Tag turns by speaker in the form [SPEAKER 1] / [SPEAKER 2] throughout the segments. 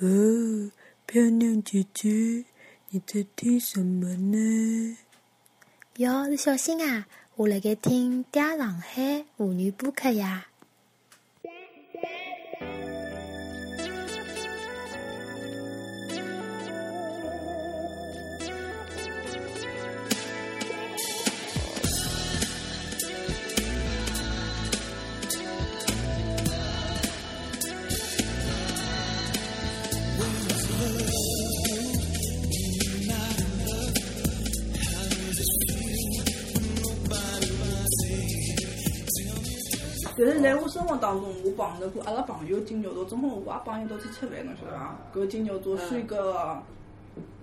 [SPEAKER 1] 哦，漂亮姐姐，你在听什么呢？
[SPEAKER 2] 哟，你小心啊！我辣盖听《嗲上海妇女播客》呀。
[SPEAKER 3] 但是在我生活当中，我碰到过阿拉朋友金牛座，正好我也帮伊一道去吃饭，侬晓得伐？搿金牛座是一个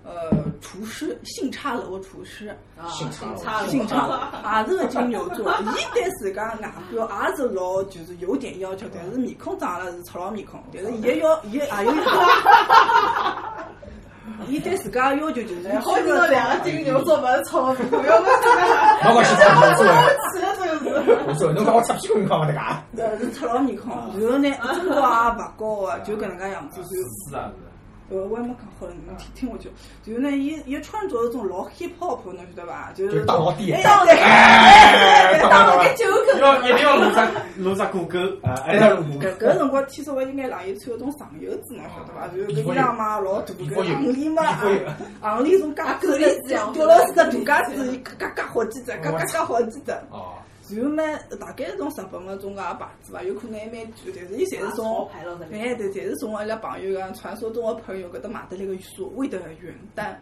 [SPEAKER 3] 呃厨师，新茶楼的厨师，
[SPEAKER 4] 性
[SPEAKER 5] 差了
[SPEAKER 3] 新茶楼也是个金牛座。伊对自家外表也是老就是有点要求，但是面孔长了是赤佬面孔，但是伊也要伊也有 一个，伊对自家要求就是
[SPEAKER 5] 好几个两个金牛座把它吵了，不要
[SPEAKER 4] 侬讲去擦无所谓，
[SPEAKER 5] 吃了这个字。
[SPEAKER 4] 无所谓。侬讲我擦屁股，侬讲勿得噶？
[SPEAKER 3] 呃是赤佬面孔，然后呢
[SPEAKER 5] 啊
[SPEAKER 3] 身高也勿高的，就搿能介样子就。
[SPEAKER 6] 是啊，
[SPEAKER 3] 呃，我还没讲好，侬听听我讲。然后呢，伊伊穿着那种老 hip hop，侬晓得伐？就
[SPEAKER 4] 就是打老哎低。
[SPEAKER 3] 当
[SPEAKER 4] 哎，懂了懂了。
[SPEAKER 5] 九个
[SPEAKER 6] 要一定要露只露只狗狗啊！
[SPEAKER 4] 哎，他五
[SPEAKER 3] 搿搿辰光天色还应该冷，伊穿搿种长袖子，侬晓得伐？就是搿衣裳嘛，老大
[SPEAKER 4] 衣
[SPEAKER 3] 个，
[SPEAKER 4] 服有
[SPEAKER 3] 行李嘛
[SPEAKER 4] 衣服有，
[SPEAKER 3] 行李从架子里掉了是个大架子，伊嘎嘎嘎好几只，嘎嘎嘎好几只。
[SPEAKER 4] 哦，
[SPEAKER 3] 然后呢，大概是从日本个种介啊牌子伐，有可能还蛮贵，但是伊侪是从，哎对，侪是从阿拉朋友讲啊传说中个朋友搿搭买得来个所谓的原单。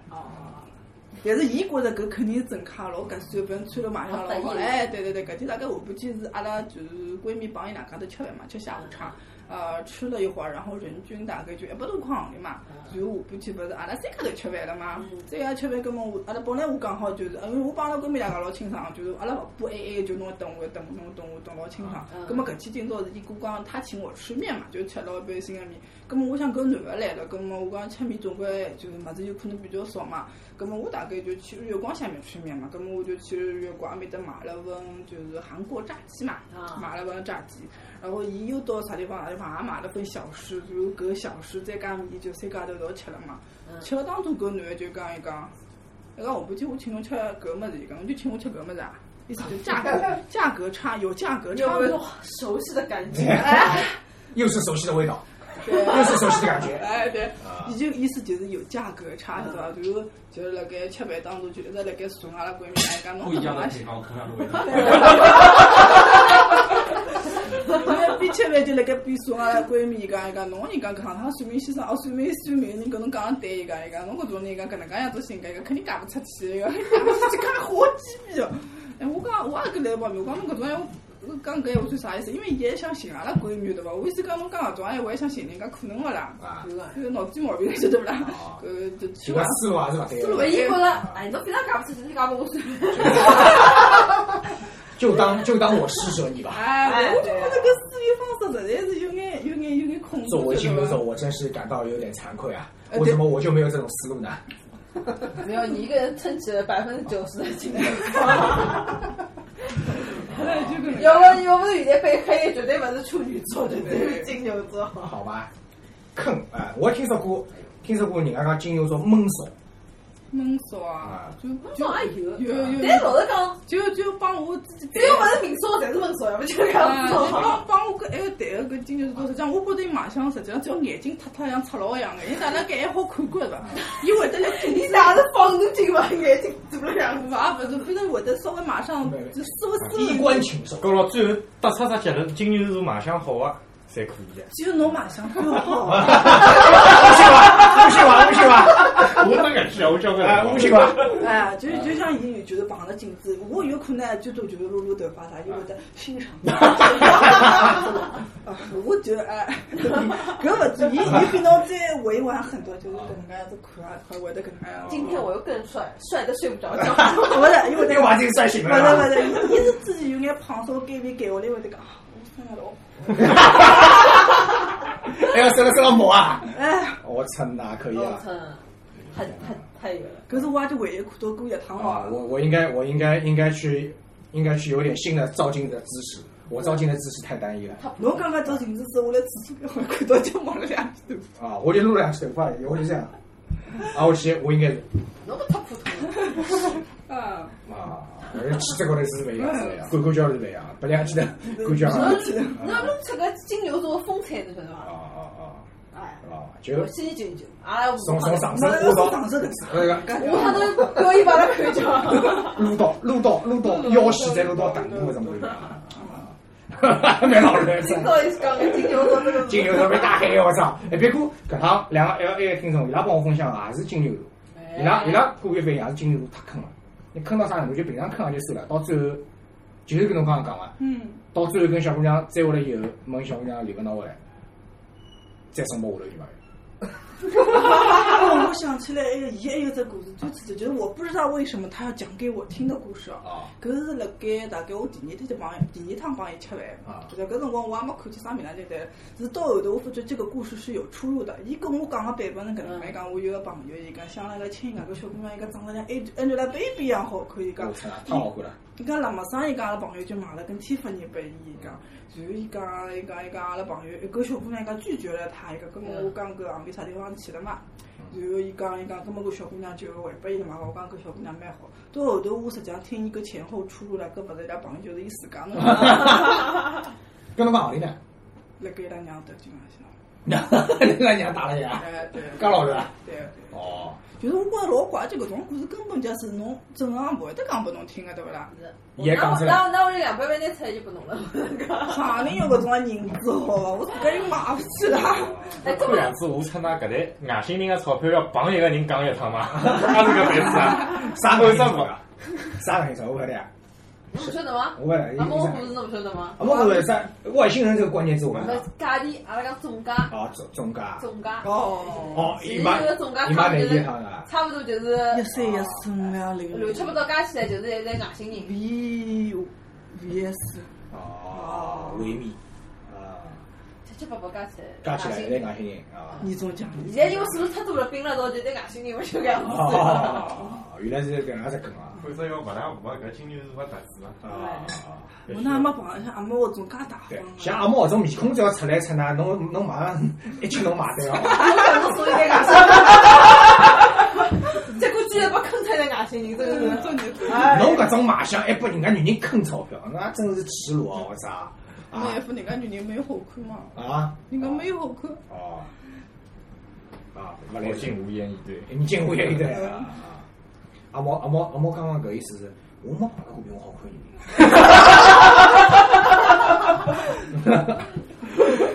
[SPEAKER 3] 但是伊觉着搿肯定是正确，老合算，不用穿了马上老好。哎，对对对，搿天大概下半天是阿拉就是闺蜜帮伊两家头吃饭嘛，吃下午茶。呃，吃了一会儿，然后人均大概就一百多块行钿嘛。然后下半天勿是阿拉三家头吃饭了嘛？三家吃饭，葛末我阿拉本来我讲好就是，因为我帮阿拉闺蜜两家老清爽，就是阿拉勿不 A A，就侬等我等侬等我等老清爽。葛末搿天今朝是伊跟我讲，他请我吃面嘛，就吃老一般性个面。葛末我想搿男个来了，葛末我讲吃面总归就是物事有可能比较少嘛。葛末我大概就去月光下面吃面嘛，葛末我就去月光阿面搭买了份就是韩国炸鸡嘛，买了份炸鸡，然后伊又到啥地方啥地方也买了份小吃，然后搿小吃再加面就三家头一道吃了嘛。吃了当中搿男个就讲伊讲，伊讲下半天我请侬吃搿物事，伊讲侬就请我吃搿物事啊，意思就价格价格差有价格差
[SPEAKER 5] 有
[SPEAKER 3] 不
[SPEAKER 5] 一种
[SPEAKER 3] 多，
[SPEAKER 5] 熟悉的感觉。
[SPEAKER 4] 又是熟悉的味道，
[SPEAKER 3] 对
[SPEAKER 4] 又是熟悉的感觉。
[SPEAKER 3] 哎对，
[SPEAKER 6] 啊
[SPEAKER 3] 伊就意思就是有价格差，晓得伐？然后就是辣盖吃饭当中就一直辣盖怂阿拉闺蜜，哎讲侬
[SPEAKER 6] 不一样 的
[SPEAKER 3] 哪
[SPEAKER 6] 配
[SPEAKER 3] 行？
[SPEAKER 6] 方，同样的味道。
[SPEAKER 3] 哎边吃饭就辣盖边怂阿拉闺蜜，伊讲伊讲侬人家搿趟算命先生哦，算命算命人搿侬讲得对，伊讲伊讲侬搿种人伊讲搿能介样子性格，伊讲肯定嫁勿出去，伊讲 嫁勿出去介好鸡逼哦。哎，我讲我也搿来方面，我讲侬搿种闲话。我讲搿闲话算啥意思？因为伊还想寻阿拉闺蜜对伐？我意思讲侬讲搿种闲话还想寻人家可能勿啦？
[SPEAKER 4] 啊，
[SPEAKER 3] 就是脑子有毛病，晓得不啦
[SPEAKER 4] 哦？
[SPEAKER 3] 呃，就
[SPEAKER 4] 这
[SPEAKER 3] 去
[SPEAKER 4] 个
[SPEAKER 3] 玩。
[SPEAKER 4] 思路还是勿对
[SPEAKER 5] 如
[SPEAKER 4] 的
[SPEAKER 5] 果伊觉得，哎，侬平常干不出去，你干不我算。
[SPEAKER 4] 就当就当我施舍你吧。
[SPEAKER 3] 哎，我就觉得搿思维方式实在是有眼有眼有眼恐
[SPEAKER 4] 作
[SPEAKER 3] 怖，
[SPEAKER 4] 为金
[SPEAKER 3] 晓
[SPEAKER 4] 牛
[SPEAKER 3] 得
[SPEAKER 4] 座，
[SPEAKER 3] 伐？
[SPEAKER 4] 我真是感到有点惭愧啊！
[SPEAKER 3] 呃
[SPEAKER 4] 为
[SPEAKER 3] 对
[SPEAKER 4] 什么我就没有这种思路呢？
[SPEAKER 5] 没有，你一个人撑起了百分之九十的精力。
[SPEAKER 3] 哎，就搿能
[SPEAKER 5] 要
[SPEAKER 3] 介。
[SPEAKER 5] 不要不是有点被黑，绝对不是处女座，绝对是金牛座。
[SPEAKER 4] 好吧，坑哎、我听说过，听说过人家讲金牛座闷骚，
[SPEAKER 3] 闷骚啊
[SPEAKER 4] 啊，
[SPEAKER 3] 就
[SPEAKER 5] 骚也有
[SPEAKER 3] 有有
[SPEAKER 5] 但是老实讲，
[SPEAKER 3] 就就帮我自己
[SPEAKER 5] 只
[SPEAKER 3] 对
[SPEAKER 5] 要不是明骚，才是闷骚，要不就是
[SPEAKER 3] 啊，
[SPEAKER 5] 干
[SPEAKER 3] 就
[SPEAKER 5] 骚。
[SPEAKER 3] 帮帮我搿还有对个搿金牛座，实际上我觉着伊卖相实际上只要眼睛塌塌像赤佬一样的，伊哪能介还好看惯是伐？伊会得来盯
[SPEAKER 5] 你哪能放得进吧？眼睛怎么两
[SPEAKER 3] 我，伐？勿是，反正会得稍微马上就收
[SPEAKER 4] 衣
[SPEAKER 3] 拾。
[SPEAKER 4] 冠禽兽。
[SPEAKER 6] 搿老最后得出只结论，金牛座卖相好啊，才可以啊。
[SPEAKER 3] 只有侬卖相最好。
[SPEAKER 4] 不信吧？不信吧？不信吧？
[SPEAKER 6] 我当然是，我交给
[SPEAKER 4] 哎，不信吧？
[SPEAKER 3] 哎，就是
[SPEAKER 5] 嗯
[SPEAKER 3] 就像伊就是绑了镜子，我有可能最多就是撸撸头发啥，伊会
[SPEAKER 5] 嗯
[SPEAKER 3] 得欣 赏。 啊我觉得 哎，搿勿对，伊伊比侬再委婉很多，就是搿能介样子看啊，看会得搿能介样子。
[SPEAKER 5] 今天我又更帅，帅的睡不着觉。
[SPEAKER 3] 勿是，伊会得
[SPEAKER 4] 那个娃子算醒
[SPEAKER 3] 勿
[SPEAKER 4] 了
[SPEAKER 3] 是
[SPEAKER 4] 啊。
[SPEAKER 3] 勿是，伊伊是自己有眼胖，稍微减肥减下来会得讲，啊我生了老。
[SPEAKER 4] 哎呀，收了收了毛啊！
[SPEAKER 3] 哎，
[SPEAKER 4] 我称啊，可以
[SPEAKER 5] 我
[SPEAKER 4] 啊。
[SPEAKER 5] 操，太太太远了。
[SPEAKER 3] 搿是我也就唯一看到过一趟
[SPEAKER 5] 嗯
[SPEAKER 4] 啊，
[SPEAKER 3] 哦。
[SPEAKER 4] 我我应该我应该应该去应该去有点新的照镜子的知识。我招进来知识太单一了
[SPEAKER 3] 侬刚刚走寻子之后，我来仔细看看到就摸了两记头发。
[SPEAKER 4] 啊！我就撸两次头发，我就这样。啊，我去，我应该是
[SPEAKER 5] 侬搿太普通了。嗯
[SPEAKER 3] 啊，
[SPEAKER 4] 啊，而且气质高头是勿一样，是勿一样，感觉是勿一样，白相起来感觉
[SPEAKER 5] 侬
[SPEAKER 4] 啊
[SPEAKER 5] 侬弄出个金牛座风采，侬晓得
[SPEAKER 4] 啊
[SPEAKER 5] 伐？
[SPEAKER 4] 啊啊！
[SPEAKER 5] 哎，
[SPEAKER 4] 啊，就
[SPEAKER 5] 我先进去，阿拉
[SPEAKER 4] 从从上身
[SPEAKER 3] 那
[SPEAKER 4] 撸
[SPEAKER 3] 是
[SPEAKER 4] 到
[SPEAKER 3] 上身的
[SPEAKER 4] 那个
[SPEAKER 5] 我他都表演把拉看一下。
[SPEAKER 4] 撸到撸到撸到腰细，再撸到臀部，怎么样？哈哈，蛮老人
[SPEAKER 5] 今朝也是讲个金牛座这个。
[SPEAKER 4] 金牛座被打黑我操！哎，别过搿趟两个 L A 听众，伊拉帮我分享也是金牛座，伊拉伊拉顾月飞也是金牛座，太坑了。你坑到啥程度？就平常坑也就算了，到最后就是跟侬刚刚讲个，
[SPEAKER 3] 嗯，
[SPEAKER 4] 到最后跟小姑娘追下来以后，问小姑娘礼物拿回来，再送拨下头去嘛。
[SPEAKER 3] 哦，我想起来，哎，伊还有只故事最刺激，就是我不知道为什么他要讲给我听的故事啊。
[SPEAKER 4] 啊
[SPEAKER 3] 搿是辣盖大概我第二天就帮伊第二趟帮伊吃饭
[SPEAKER 4] 啊，
[SPEAKER 3] 就在搿辰光我也没看见啥名堂对待，是到后头我发觉这个故事是有出入的。伊跟我讲个版本是搿能介，讲我有个朋友，伊讲想了个亲外个小姑娘，伊讲长得像 Ang- Angelababy 一样好看，伊讲
[SPEAKER 4] 我操，太好看了！
[SPEAKER 3] 伊讲辣么生伊讲阿拉朋友就买了根天妇尼拨伊，伊讲，然后伊讲，伊讲，伊讲阿拉朋友一个小姑娘伊讲拒绝了他，伊讲，搿么我讲搿旁边啥地方去了嘛？然后伊讲，伊讲，搿么搿小姑娘就还拨伊了嘛？我讲搿小姑娘蛮好。到后头我实际上听伊搿前后出入了，搿勿是伊拉朋友，就是伊自家弄的。
[SPEAKER 4] 跟侬讲道理呢，
[SPEAKER 3] 辣盖伊拉娘头颈浪向。
[SPEAKER 4] 那娘打了呀，
[SPEAKER 3] 哎，对。
[SPEAKER 4] 干老实啊。
[SPEAKER 3] 对对。
[SPEAKER 4] 哦，
[SPEAKER 3] 就是我觉着老怪，就搿种故事根本就是侬正常勿会得讲拨侬听个，对勿啦？
[SPEAKER 4] 也讲出来
[SPEAKER 5] 那那我这两百万的菜就不弄了。
[SPEAKER 3] 哪能有搿种个人质好伐？我自家又买勿起啦。
[SPEAKER 5] 哎，这
[SPEAKER 6] 看
[SPEAKER 5] 么
[SPEAKER 6] 样子，我出拿搿台外星人的钞票要帮一个人讲一趟 嘛，他是个白痴啊，
[SPEAKER 4] 啥
[SPEAKER 6] 都
[SPEAKER 4] 都
[SPEAKER 6] 是
[SPEAKER 4] 啥
[SPEAKER 6] 我。
[SPEAKER 4] 啥人说？我晓得呀，
[SPEAKER 5] 侬不晓得吗？
[SPEAKER 4] 啊我晓得。
[SPEAKER 5] 阿啊我故事侬不晓得吗？
[SPEAKER 4] 我我啥外星人这个关键词我
[SPEAKER 5] 那价钿，阿拉讲总价，
[SPEAKER 4] 啊，总总价。
[SPEAKER 5] 总价，
[SPEAKER 3] 哦，
[SPEAKER 4] 哦，
[SPEAKER 5] 伊
[SPEAKER 4] 一般
[SPEAKER 5] 这个总价
[SPEAKER 4] 一
[SPEAKER 5] 差
[SPEAKER 4] 般
[SPEAKER 5] 不
[SPEAKER 4] 哪
[SPEAKER 5] 多就
[SPEAKER 4] 一
[SPEAKER 5] 是
[SPEAKER 4] 行啊？
[SPEAKER 5] 差不多就是
[SPEAKER 3] 一三一四五幺零
[SPEAKER 5] 乱七八糟加起来就是一台外星
[SPEAKER 3] 哎
[SPEAKER 5] 人。
[SPEAKER 3] V V S
[SPEAKER 4] 哦，维密啊，
[SPEAKER 5] 七七八八加起来，
[SPEAKER 4] 加起
[SPEAKER 5] 外
[SPEAKER 4] 来
[SPEAKER 5] 星
[SPEAKER 4] 一
[SPEAKER 5] 人
[SPEAKER 4] 个外星人啊。
[SPEAKER 3] 年终奖励
[SPEAKER 5] 现在因为数字太多了，并了到就对外星人勿就搿样子。
[SPEAKER 4] 哦，原来是搿能介只梗啊！
[SPEAKER 6] 否则要勿然没搿金牛是没特质啊。
[SPEAKER 4] 啊，
[SPEAKER 3] 我那阿妈碰上像阿妈搿种介大方
[SPEAKER 4] 对
[SPEAKER 3] 啊，
[SPEAKER 4] 像阿毛这种面孔只要出来出呢，侬侬马上 一吃侬买单哦。
[SPEAKER 5] 我所以在外星人，结果居然被坑出来外星人，真的是。
[SPEAKER 3] 真的，
[SPEAKER 4] 侬搿种卖相还拨人家女人坑钞票，那真是耻辱啊！我操！
[SPEAKER 3] 侬一副人家女人没好看嘛，
[SPEAKER 4] 啊啊！
[SPEAKER 3] 人家没好看，
[SPEAKER 4] 哦，啊，勿来
[SPEAKER 6] 我竟无言以对。
[SPEAKER 4] 你见过也有的啊。阿毛阿毛阿毛刚刚搿意思是，我没碰到过比我好看的人。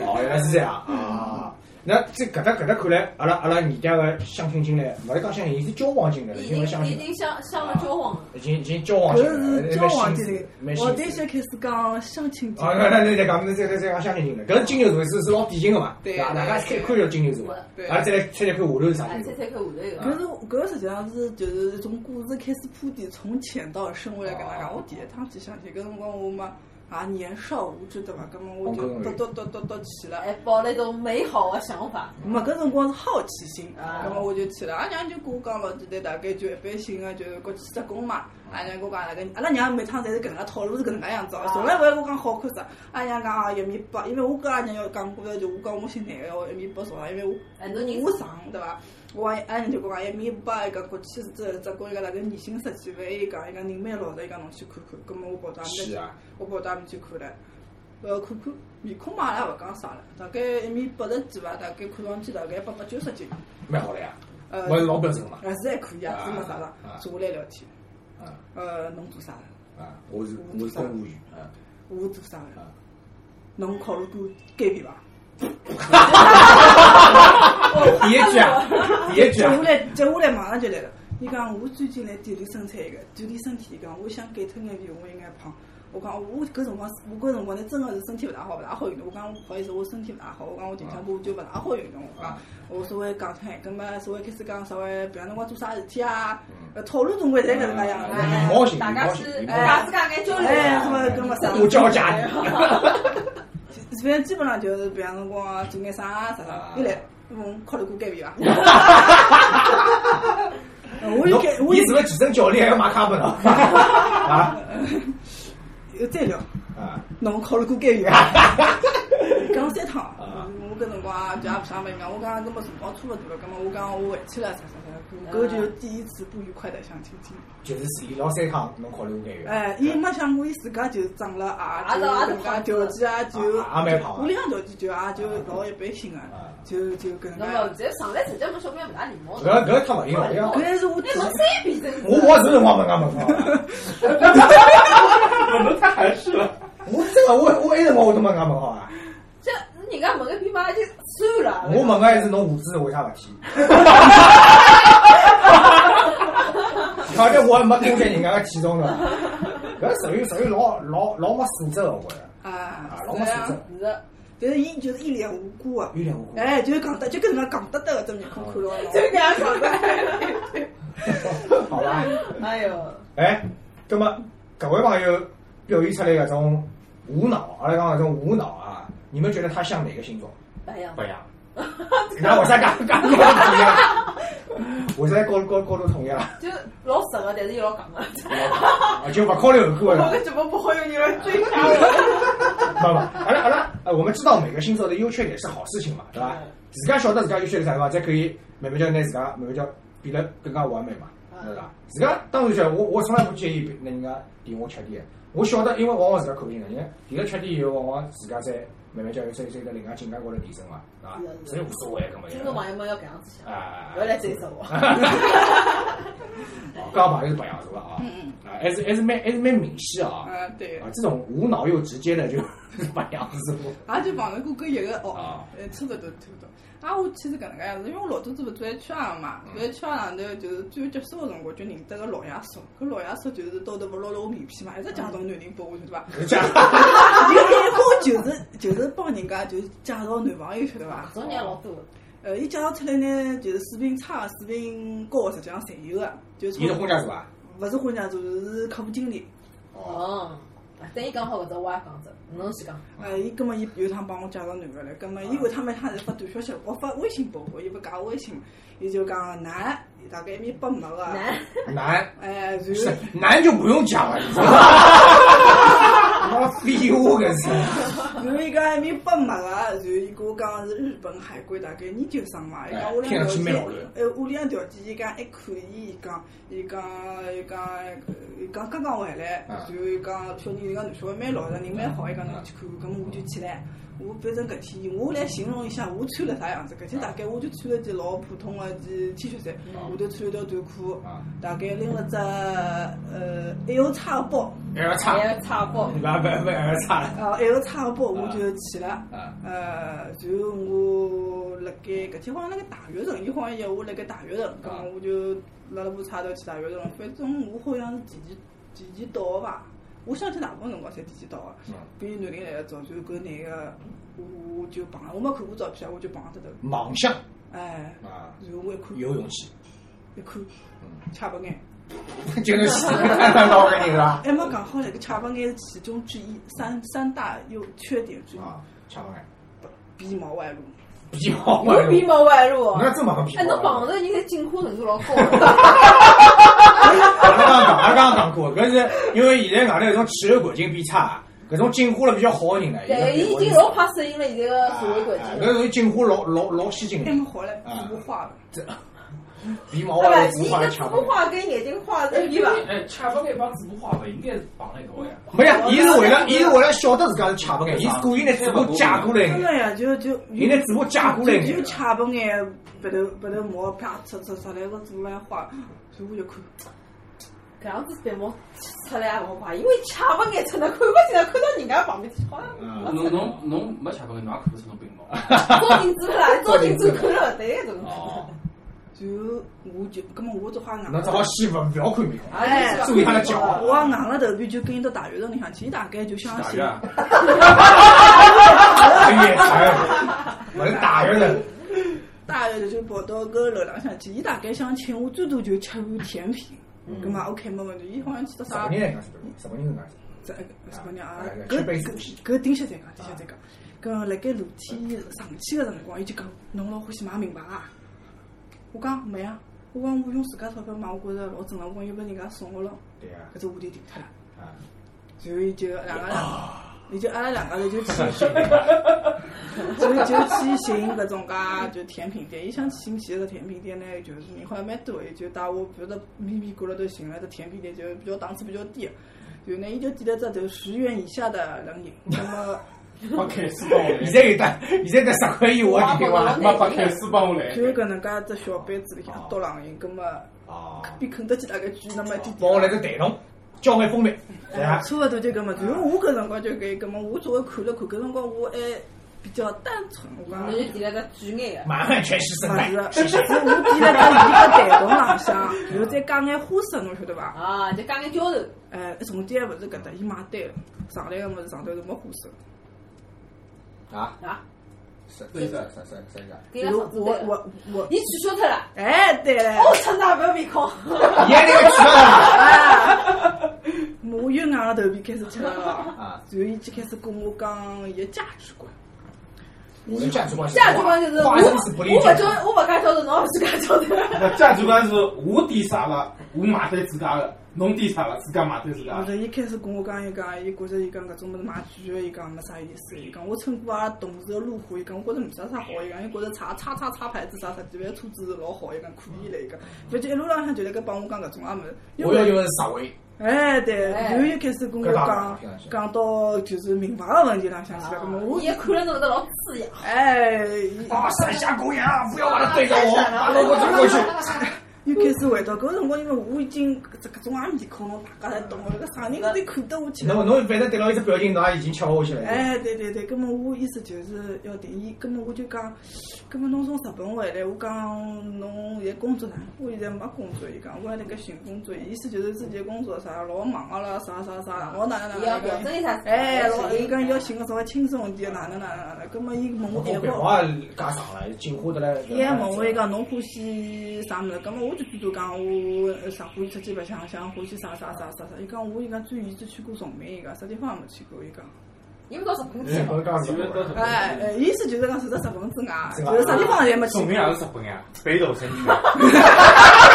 [SPEAKER 4] 哦，原来是这样啊。那这搿搭搿搭看来，阿拉阿拉人家个相亲经历，勿是讲相亲，伊是交往经历了，已
[SPEAKER 5] 已
[SPEAKER 4] 经
[SPEAKER 5] 经
[SPEAKER 4] 勿相
[SPEAKER 5] 已
[SPEAKER 4] 亲了，
[SPEAKER 5] 经相相了交往了。
[SPEAKER 4] 已经已经交往
[SPEAKER 3] 搿
[SPEAKER 4] 经历了，
[SPEAKER 3] 是交往
[SPEAKER 4] 经
[SPEAKER 3] 经
[SPEAKER 4] 历
[SPEAKER 3] 历，。
[SPEAKER 4] 蛮
[SPEAKER 3] 我
[SPEAKER 4] 幸
[SPEAKER 3] 等
[SPEAKER 4] 福
[SPEAKER 3] 下开始讲相亲经
[SPEAKER 4] 啊，
[SPEAKER 3] 历
[SPEAKER 4] 那，那那再讲，那再再再讲相亲经历，搿是金牛座是是老典型个嘛，
[SPEAKER 3] 对
[SPEAKER 4] 吧？大
[SPEAKER 3] 对
[SPEAKER 4] 家先看一下金牛座嘛，
[SPEAKER 3] 对
[SPEAKER 4] 阿拉再来猜猜看下头是啥
[SPEAKER 5] 哎，
[SPEAKER 4] 星
[SPEAKER 5] 猜
[SPEAKER 4] 座。
[SPEAKER 5] 猜看下头一
[SPEAKER 3] 搿
[SPEAKER 5] 个。
[SPEAKER 3] 是搿实际上是就是一种故事开始铺垫，从浅到深，我来跟大家。我第一趟去相亲，搿辰光我嘛也年少无知对伐？搿么我就
[SPEAKER 4] 嗯
[SPEAKER 3] 嘟嘟嘟嘟嘟去了。
[SPEAKER 5] 哎，抱了一种美好的想法。
[SPEAKER 3] 没搿辰光是好奇心，
[SPEAKER 5] 啊
[SPEAKER 3] 葛末我就去了。阿娘就跟我讲老简单，大概就一般性个，就是国去职工嘛。
[SPEAKER 5] 啊
[SPEAKER 3] 阿娘跟我讲那个，阿拉娘每趟侪是搿能介套路是搿能介样子哦，从来勿会跟我讲好看啥。阿娘讲啊一米八，因为我跟阿娘要讲过了，就我讲我姓男个，哦我一米八少，因为我
[SPEAKER 5] 哎侬人
[SPEAKER 3] 我长对伐？我讲阿娘就跟我讲一米八，伊讲国去职职工伊讲那个年薪十几万，伊讲伊讲人蛮老实，伊讲侬去看看。葛末我跑到阿
[SPEAKER 4] 是
[SPEAKER 3] 面
[SPEAKER 4] 啊，
[SPEAKER 3] 我跑到阿面去看了。呃，看看面孔嘛，阿拉勿讲啥了，大概一米八十几伐，大概看上去大概八百九十斤，
[SPEAKER 4] 蛮好的呀，
[SPEAKER 3] 呃，
[SPEAKER 4] 我是老标准的嘛。
[SPEAKER 3] 还是还可以啊，
[SPEAKER 4] 啊
[SPEAKER 3] 是没啥了
[SPEAKER 4] 啊，
[SPEAKER 3] 坐下来聊天。
[SPEAKER 4] 啊
[SPEAKER 3] 呃，侬做啥的？
[SPEAKER 4] 啊，我是我是公务员啊
[SPEAKER 3] 我做啥的？
[SPEAKER 4] 啊，
[SPEAKER 3] 侬考虑过减肥伐？
[SPEAKER 4] 第一句啊，第一
[SPEAKER 3] 接
[SPEAKER 4] 句啊
[SPEAKER 3] 下，来，接下来马上就来了。伊讲我最近来锻炼身材一个，锻炼身体。伊讲我想减脱眼肥，我应该胖。我讲我搿辰光，我搿辰光呢，真个是身体勿大好，勿大好运动。我讲不好意思，我身体勿大好。我讲我近腔部就勿大好运动。我讲我稍微讲脱，葛末稍微开始讲稍微平常辰光做啥事体啊，呃，讨论总归侪搿能介样子。啊
[SPEAKER 4] 礼貌性，礼
[SPEAKER 5] 哎大家
[SPEAKER 4] 貌性
[SPEAKER 5] 是，
[SPEAKER 4] 礼貌性
[SPEAKER 5] 家自家眼啊交流。
[SPEAKER 3] 哎，什么什么啥？
[SPEAKER 4] 多交加 点。
[SPEAKER 3] 反正基本上就是平常辰光啊做眼啥啊啥啥，又来问考虑过减肥 伐？啊呃我就
[SPEAKER 4] 侬
[SPEAKER 3] 减，我
[SPEAKER 4] 你
[SPEAKER 3] 就是
[SPEAKER 4] 个健身教练还要买卡本啊？啊
[SPEAKER 3] 又再聊，
[SPEAKER 4] 啊，
[SPEAKER 3] 侬考了过 监狱啊？讲了三趟，嗯我搿辰光就也勿想白讲，我讲搿么辰光差勿多了，搿么我讲我回去了，啥啥啥，搿就是第一次不愉快的相亲经历。
[SPEAKER 4] 就是伊老三趟侬考虑过监狱，
[SPEAKER 3] 哎，伊没想过伊自家就长了啊，就搿能介条件啊，就
[SPEAKER 4] 啊也蛮胖啊
[SPEAKER 3] 屋里向条件就也就老一般性个
[SPEAKER 4] 啊，
[SPEAKER 3] 就就搿能
[SPEAKER 5] 那
[SPEAKER 3] 介
[SPEAKER 5] 么。直接上来直接问小朋友勿大礼貌
[SPEAKER 4] 搿。搿太勿灵了，
[SPEAKER 3] 搿还是我
[SPEAKER 5] 那侬三比真
[SPEAKER 4] 我我是辰光问俺问好，
[SPEAKER 6] 可能太含蓄了。
[SPEAKER 4] 我真个我我一辰光我都问俺问好啊，
[SPEAKER 5] 这人家问个比妈就算了。
[SPEAKER 4] 我问个还是侬胡子为啥勿剃？而且我还没听见人家个体重呢，搿属于属于老老老没素质个，我觉着
[SPEAKER 3] 啊
[SPEAKER 4] 啊，老没素质，
[SPEAKER 5] 是的，
[SPEAKER 3] 但是伊就是一脸无辜啊，
[SPEAKER 4] 有点无辜。
[SPEAKER 3] 哎，就是讲得就搿能介戆得得个，只面孔看牢
[SPEAKER 5] 就
[SPEAKER 3] 了。
[SPEAKER 5] 搿样讲的。
[SPEAKER 4] 好吧，
[SPEAKER 5] 哎呦，
[SPEAKER 4] 哎，那么各位朋友表现出来搿种无脑，阿拉讲搿种无脑啊，你们觉得他像哪个星座？
[SPEAKER 5] 白羊
[SPEAKER 6] 不，一样，
[SPEAKER 4] 那为啥讲讲讲统一啊？为啥高高高度统一啊？
[SPEAKER 5] 就老实个，但是又老戆个。
[SPEAKER 4] 啊就勿考虑后果了。
[SPEAKER 5] 节目不好有人来追杀我。
[SPEAKER 4] 不不，好了好了，呃，我们知道每个星座的优缺点是好事情嘛，对吧？自家晓得自家优缺点啥地方，才可以慢慢叫拿自家慢慢叫变得更加完美嘛，对吧？自家当然晓得，我我从来不介意别人家点我缺点，我晓得，因为往往自家看清了，人家点了缺点以后，往往自家再慢慢叫再再到另外境界高头提升嘛，对吧？
[SPEAKER 5] 是的是
[SPEAKER 4] 所以无所谓，根本
[SPEAKER 5] 听众朋友们要搿样子想，
[SPEAKER 4] 啊，
[SPEAKER 5] 不要来追杀 我。
[SPEAKER 4] 哦刚好朋友是白羊座啊，
[SPEAKER 3] 嗯
[SPEAKER 4] 啊，还是还是蛮还是蛮明显啊，
[SPEAKER 3] 嗯，啊对
[SPEAKER 4] 啊，，这种无脑又直接的就是白羊座。
[SPEAKER 3] 也就碰着过搿一个哦
[SPEAKER 4] 啊，
[SPEAKER 3] 呃，差勿多差勿多。啊，我去是搿能介样子，因为我老早子勿做 HR 嘛，做 HR 上头就是最后结束个辰光就认得个老爷叔，搿老爷叔就是到头勿捞了我面皮嘛，一直介绍男人拨我，晓得伐？
[SPEAKER 4] 这样
[SPEAKER 3] 有一个就是就是帮人家就是介绍男朋友，晓得伐？
[SPEAKER 5] 种人也老多的。
[SPEAKER 3] 呃，伊介绍出来呢，就是水平差的、水平高的，实际上侪有个，就是
[SPEAKER 4] 伊是婚家族啊？
[SPEAKER 3] 勿是婚介做，是客户经理。
[SPEAKER 5] 哦，等伊讲好搿只，我也讲只，侬先讲。
[SPEAKER 3] 呃，伊葛末伊有一趟帮我介绍男个来，葛
[SPEAKER 4] 啊
[SPEAKER 3] 末伊有一趟每趟侪发短消息，我发微信拨我，伊勿加我微信嘛，伊就讲男，大概一米八五个，
[SPEAKER 5] 男，
[SPEAKER 4] 男
[SPEAKER 3] 哎，然后
[SPEAKER 4] 是男就不用讲了，你 知道吗？妈废物个是，
[SPEAKER 3] 然后伊讲一米八啊五个，然后伊跟我讲是日本海归，大概研究生嘛。伊
[SPEAKER 4] 哎
[SPEAKER 3] 讲屋里
[SPEAKER 4] 听
[SPEAKER 3] 向
[SPEAKER 4] 上去
[SPEAKER 3] 条
[SPEAKER 4] 蛮
[SPEAKER 3] 件
[SPEAKER 4] 老卵，
[SPEAKER 3] 哎，屋里向条件，伊讲还可以。伊讲，伊讲，伊讲，伊讲刚刚回来，
[SPEAKER 4] 啊
[SPEAKER 3] 然后伊讲小人，伊讲男小孩蛮老实，人蛮好。伊讲侬去看看，咁么我就去了。我反正搿天，我来形容一下我穿了啥样子。搿天大概我就穿了件老普通个件 T 恤衫，下头穿了条短裤
[SPEAKER 4] 啊，
[SPEAKER 3] 大概拎了只呃 L 叉个包。
[SPEAKER 4] 还要哎差
[SPEAKER 5] 还，要哎差包
[SPEAKER 4] 你。把不不还要差了。
[SPEAKER 3] 呃，一个差个包我就去了
[SPEAKER 4] 啊，
[SPEAKER 3] 呃，然后我辣盖搿天好像辣盖大悦城，伊好像约我辣盖大悦城，咁
[SPEAKER 4] 啊
[SPEAKER 3] 我就拉拉部车头去大悦城，反正我好像是提前提前到个吧，我相信大部分辰光侪提前到个
[SPEAKER 4] 嗯，
[SPEAKER 3] 比男人来得早，然后搿男个我就碰，我没看过照片，我就碰得头，
[SPEAKER 4] 盲相
[SPEAKER 3] 哎，
[SPEAKER 4] 啊，
[SPEAKER 3] 然后我一看
[SPEAKER 4] 有勇气，
[SPEAKER 3] 一看，
[SPEAKER 4] 嗯
[SPEAKER 3] 赤白眼，
[SPEAKER 4] 就是死看看到个你啊了
[SPEAKER 3] 还没讲好嘞，搿赤白眼是其中之一，三三大优缺点之一，
[SPEAKER 4] 啊，差不多。
[SPEAKER 3] 鼻毛外露。
[SPEAKER 4] 皮毛嘛，
[SPEAKER 5] 我鼻毛外露。
[SPEAKER 4] 那这么个皮毛
[SPEAKER 5] 哎，
[SPEAKER 4] 啊，
[SPEAKER 5] 侬碰着人家进化程度老高 的，
[SPEAKER 4] 俺刚刚讲，俺刚刚讲过，搿是因为现在外头搿种气候环境变差啊，搿种进化了比较好的人呢，
[SPEAKER 5] 对，伊已经老怕适应了现在个社会
[SPEAKER 4] 啊
[SPEAKER 5] 环境
[SPEAKER 4] 搿。
[SPEAKER 5] 哎
[SPEAKER 4] 属于进化老老老先进
[SPEAKER 3] 还
[SPEAKER 4] 的
[SPEAKER 3] 没，好嘞，
[SPEAKER 4] 啊
[SPEAKER 3] 我化了。
[SPEAKER 4] 这皮毛
[SPEAKER 5] 对吧
[SPEAKER 4] 啊，？
[SPEAKER 5] 哎你
[SPEAKER 4] 头发
[SPEAKER 5] 搿个
[SPEAKER 4] 也
[SPEAKER 5] 指
[SPEAKER 4] 抢
[SPEAKER 5] 不画跟眼睛画是一 吧？
[SPEAKER 7] 哎，恰饭那帮主播话勿应该是绑在搿位 啊。
[SPEAKER 4] 没呀，伊是为了，伊是为了晓得自家是赤白眼，伊是故意拿嘴巴夹过来
[SPEAKER 3] 真
[SPEAKER 4] 眼，
[SPEAKER 3] 的呀，就就
[SPEAKER 4] 伊拿嘴巴夹过来
[SPEAKER 3] 就
[SPEAKER 4] 眼
[SPEAKER 3] 就。掐不眼，白头白头毛啪出出出来个做来花，所以我就看，
[SPEAKER 5] 搿样子鼻毛出来也勿怪，因为吃勿眼出来，看勿见来，看到人家旁边去， 好
[SPEAKER 4] 嗯
[SPEAKER 5] 像
[SPEAKER 7] 侬侬侬没恰饭，侬也看不出侬病毛。
[SPEAKER 5] 照镜子啦，照镜子看了勿对个种。啊
[SPEAKER 4] 哦，
[SPEAKER 3] 然后我就，葛么我只好硬
[SPEAKER 4] 那只好先勿勿要看面孔，
[SPEAKER 5] 哎
[SPEAKER 4] 注意他的啊讲话
[SPEAKER 3] 我硬了头皮就跟伊到大学城里向去，伊大概就相
[SPEAKER 7] 大
[SPEAKER 3] 信
[SPEAKER 7] 约，啊，
[SPEAKER 6] 啊
[SPEAKER 4] 哎呀，勿是打人的，
[SPEAKER 3] 大学就跑到搿楼浪向去，伊大概想请我最多就吃碗甜品，
[SPEAKER 4] 嗯
[SPEAKER 3] 葛么 OK 没问题，伊好像去到
[SPEAKER 4] 什
[SPEAKER 3] 啥
[SPEAKER 4] 么人讲是什么人讲
[SPEAKER 3] 这什么娘啊
[SPEAKER 4] 哎？
[SPEAKER 3] 搿
[SPEAKER 4] 吃杯子
[SPEAKER 3] 搿搿顶歇再讲，顶歇再讲。搿辣盖楼梯上去个辰光，伊就讲侬老欢喜买名牌啊？我讲没啊，我讲我用自家钞票买，我觉着老正常。我讲又拨人家送我了，
[SPEAKER 4] 对呀，
[SPEAKER 3] 搿只话题停脱了。
[SPEAKER 4] 啊，
[SPEAKER 3] 然后伊就两个人，你就阿拉两个人就去寻，就就去寻搿种介就甜品店。伊想去寻搿甜品店呢，就是人好像蛮多的，就带我比如说咪咪过了都寻了，这甜品店就比较档次比较低的。然后呢，伊就点了只就十元以下的冷饮。那么
[SPEAKER 7] 把凯斯帮我
[SPEAKER 4] 现
[SPEAKER 7] 来，
[SPEAKER 4] 在有的，现在在十块以下你对伐？
[SPEAKER 7] 妈把凯斯帮我来。
[SPEAKER 3] 就是搿能介只小杯子里向倒冷饮，葛么
[SPEAKER 4] 哦，
[SPEAKER 3] 比肯德基大概贵那么一点
[SPEAKER 4] 帮
[SPEAKER 3] 点
[SPEAKER 4] 我。来个蛋筒，交换蜂蜜，对伐？
[SPEAKER 3] 差勿多就搿么，然后我搿辰光就搿，搿么我作为看了看，搿辰光我还比较单纯，我讲
[SPEAKER 5] 侬就点了只巨眼
[SPEAKER 4] 马上全是生态。
[SPEAKER 3] 勿是，是我点了只伊个蛋筒浪向，然后再加眼花生，侬晓得
[SPEAKER 5] 个
[SPEAKER 3] 伐？
[SPEAKER 5] 啊，就加眼浇头，
[SPEAKER 3] 哎，重点还勿是搿搭，伊买单了，上来个物事上头是没花生。
[SPEAKER 4] 啊，
[SPEAKER 5] 啊，
[SPEAKER 4] 啥啥啥啥啥啥？哦
[SPEAKER 5] 给
[SPEAKER 3] 然
[SPEAKER 5] 了
[SPEAKER 3] 后
[SPEAKER 5] 嫂子
[SPEAKER 3] 我
[SPEAKER 5] 对了，
[SPEAKER 3] 我我，
[SPEAKER 5] 伊取消脱了，哦
[SPEAKER 3] 哎，对了，
[SPEAKER 5] 我操，那不要面孔，
[SPEAKER 4] 伊还那个吃啊！
[SPEAKER 3] 啊我又硬着头皮开始吃了，然
[SPEAKER 4] 啊，
[SPEAKER 3] 后伊就开始跟我讲伊个价值观。
[SPEAKER 4] 我的价值观是
[SPEAKER 5] 价值观就是我
[SPEAKER 4] 花生是不利
[SPEAKER 5] 我
[SPEAKER 4] 价
[SPEAKER 5] 不交，我不加浇头，侬也是加浇头，
[SPEAKER 7] 那价值观是我点啥了，我买单自家的；侬点啥了，自家买单自家
[SPEAKER 3] 后
[SPEAKER 7] 的。
[SPEAKER 3] 头伊开始跟我讲，伊讲，伊觉着伊讲搿种物事买贵个，伊讲没啥意思。伊讲我乘过阿拉同事个路虎，伊讲我觉着没啥啥好。伊讲伊觉着叉叉叉叉牌子啥啥，这边车子老好，伊讲可以了。伊讲，反正一路浪向就辣盖帮我讲搿种啊物事。因
[SPEAKER 4] 我要
[SPEAKER 3] 为
[SPEAKER 4] 用的是实惠。
[SPEAKER 3] 哎对，
[SPEAKER 5] 哎
[SPEAKER 3] 然后又开始跟我
[SPEAKER 4] 搿当
[SPEAKER 3] 讲
[SPEAKER 4] 然是
[SPEAKER 3] 讲到就是名牌个问题浪向去
[SPEAKER 5] 啊
[SPEAKER 3] 了。搿么我
[SPEAKER 5] 伊也看了侬搿个老刺痒，
[SPEAKER 3] 哎，伊
[SPEAKER 4] 啊，山下公园啊，不要把它对着 我，把萝卜推过去。
[SPEAKER 3] 又开始回到搿辰光，因为我已经搿搿种啊面孔，侬大家侪懂个，搿啥人都得看得我去。
[SPEAKER 4] 侬侬反正对牢一只表情，侬也已经吃下去了。
[SPEAKER 3] 哎，对对对，葛么我意思就是要定义，葛么我就讲，葛么侬从日本回来，我讲侬现在工作哪？我现在没工作，伊讲我还辣盖寻工作，意思就是之前工作啥老忙个啦，啥啥啥，我哪能
[SPEAKER 5] 伊
[SPEAKER 3] 哪
[SPEAKER 5] 要
[SPEAKER 3] 能
[SPEAKER 5] 调
[SPEAKER 3] 哪能。
[SPEAKER 5] 整一下自己，
[SPEAKER 3] 哎，老伊
[SPEAKER 5] 伊
[SPEAKER 3] 讲要寻个稍微轻松一点，哪能哪能哪能，葛么伊问
[SPEAKER 4] 我
[SPEAKER 3] 我
[SPEAKER 4] 讲
[SPEAKER 3] 电
[SPEAKER 4] 白
[SPEAKER 3] 话，
[SPEAKER 4] 话加长了，进化得来。
[SPEAKER 3] 伊还问我伊讲侬欢喜啥物事，葛么我就最多讲我呃啥欢喜出去白相相，欢喜啥啥啥啥啥，伊讲我伊讲最远只去过崇明，伊讲啥地方也没去过，伊讲。
[SPEAKER 5] 伊勿到日本去
[SPEAKER 4] 哎，
[SPEAKER 5] 嘛，
[SPEAKER 4] 我讲
[SPEAKER 7] 因为到
[SPEAKER 4] 是。
[SPEAKER 3] 哎，呃意思就是讲，除了日本之外，就是啥地方侪没去
[SPEAKER 6] 说明
[SPEAKER 3] 过。
[SPEAKER 6] 也是日本啊呀，北斗神拳。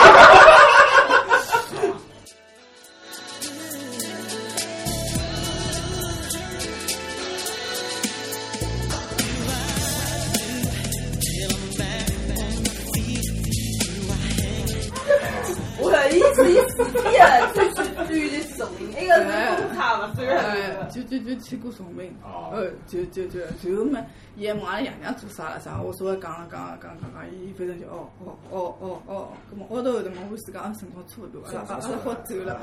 [SPEAKER 5] 我讲伊是伊是伊啊，最最最的是什么？那个是公卡嘛，虽
[SPEAKER 3] 哎
[SPEAKER 5] 然，
[SPEAKER 3] 就就就去过崇明，
[SPEAKER 6] 哦
[SPEAKER 3] 呃，就就就，然后嘛，伊还问阿拉爷娘做啥了啥，我稍微讲了讲了讲了讲了，伊反正就哦哦哦哦哦，咁么凹到后头嘛，我自家啊辰光差不多，阿拉阿拉好走了。。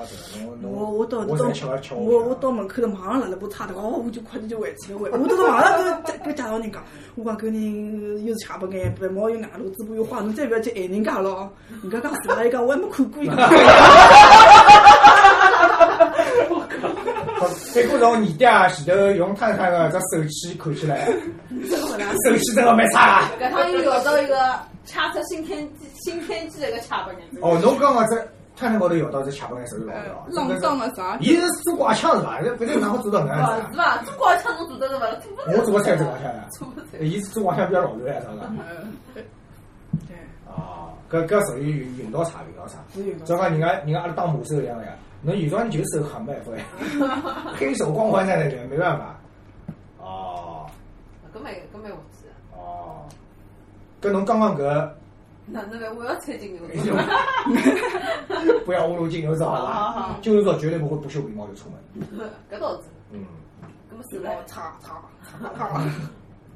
[SPEAKER 3] 我我到
[SPEAKER 4] 我
[SPEAKER 3] 到
[SPEAKER 4] 吃完吃
[SPEAKER 3] 我我到门口头马上辣辣把叉头，哦，我就快点就回去了，回我到马上跟跟介绍人讲，我讲搿人又是吃不眼，白毛又硬路，嘴巴又花，侬再勿要去害人家了哦。人家讲死了，伊讲我还没看过伊。
[SPEAKER 4] 别个从年底啊前头用探探个只手气看起来，手气 真个蛮差啊！
[SPEAKER 5] 搿趟又聊到一个插出新天际新天际的一个插班人，
[SPEAKER 4] 哦，侬刚刚只探探高头摇到只吃不眼手
[SPEAKER 5] 呃
[SPEAKER 4] 是老摇。
[SPEAKER 3] 浪荡呃了啥？
[SPEAKER 4] 伊是做挂腔是伐？反正哪会做到搿
[SPEAKER 5] 勿
[SPEAKER 4] 样
[SPEAKER 5] 是
[SPEAKER 4] 子？啊
[SPEAKER 5] 伐？中国腔侬做得是勿啦？做
[SPEAKER 4] 我怎么猜做挂腔
[SPEAKER 5] 做不
[SPEAKER 4] 的？伊是做挂腔比较老乱啊，啥个？
[SPEAKER 5] 呃
[SPEAKER 3] 对，
[SPEAKER 4] 哦，搿搿属于运道差，运道差。
[SPEAKER 3] 是有的。
[SPEAKER 4] 正好人家人家阿拉当马手一样的呀，侬有装就手很没办法呀，黑手光环在那里，没办法。哦
[SPEAKER 5] 搿蛮搿蛮滑稽的。
[SPEAKER 4] 哦，跟侬刚刚搿
[SPEAKER 5] 哪能办？我要吹金牛
[SPEAKER 4] 哎呦
[SPEAKER 5] 座。
[SPEAKER 4] 不要侮辱金牛座好
[SPEAKER 5] 好好
[SPEAKER 4] 吧
[SPEAKER 5] 好？
[SPEAKER 4] 金牛座绝对不会不修眉毛就出门。
[SPEAKER 5] 搿倒是，
[SPEAKER 4] 嗯，
[SPEAKER 5] 搿么手来
[SPEAKER 3] 擦擦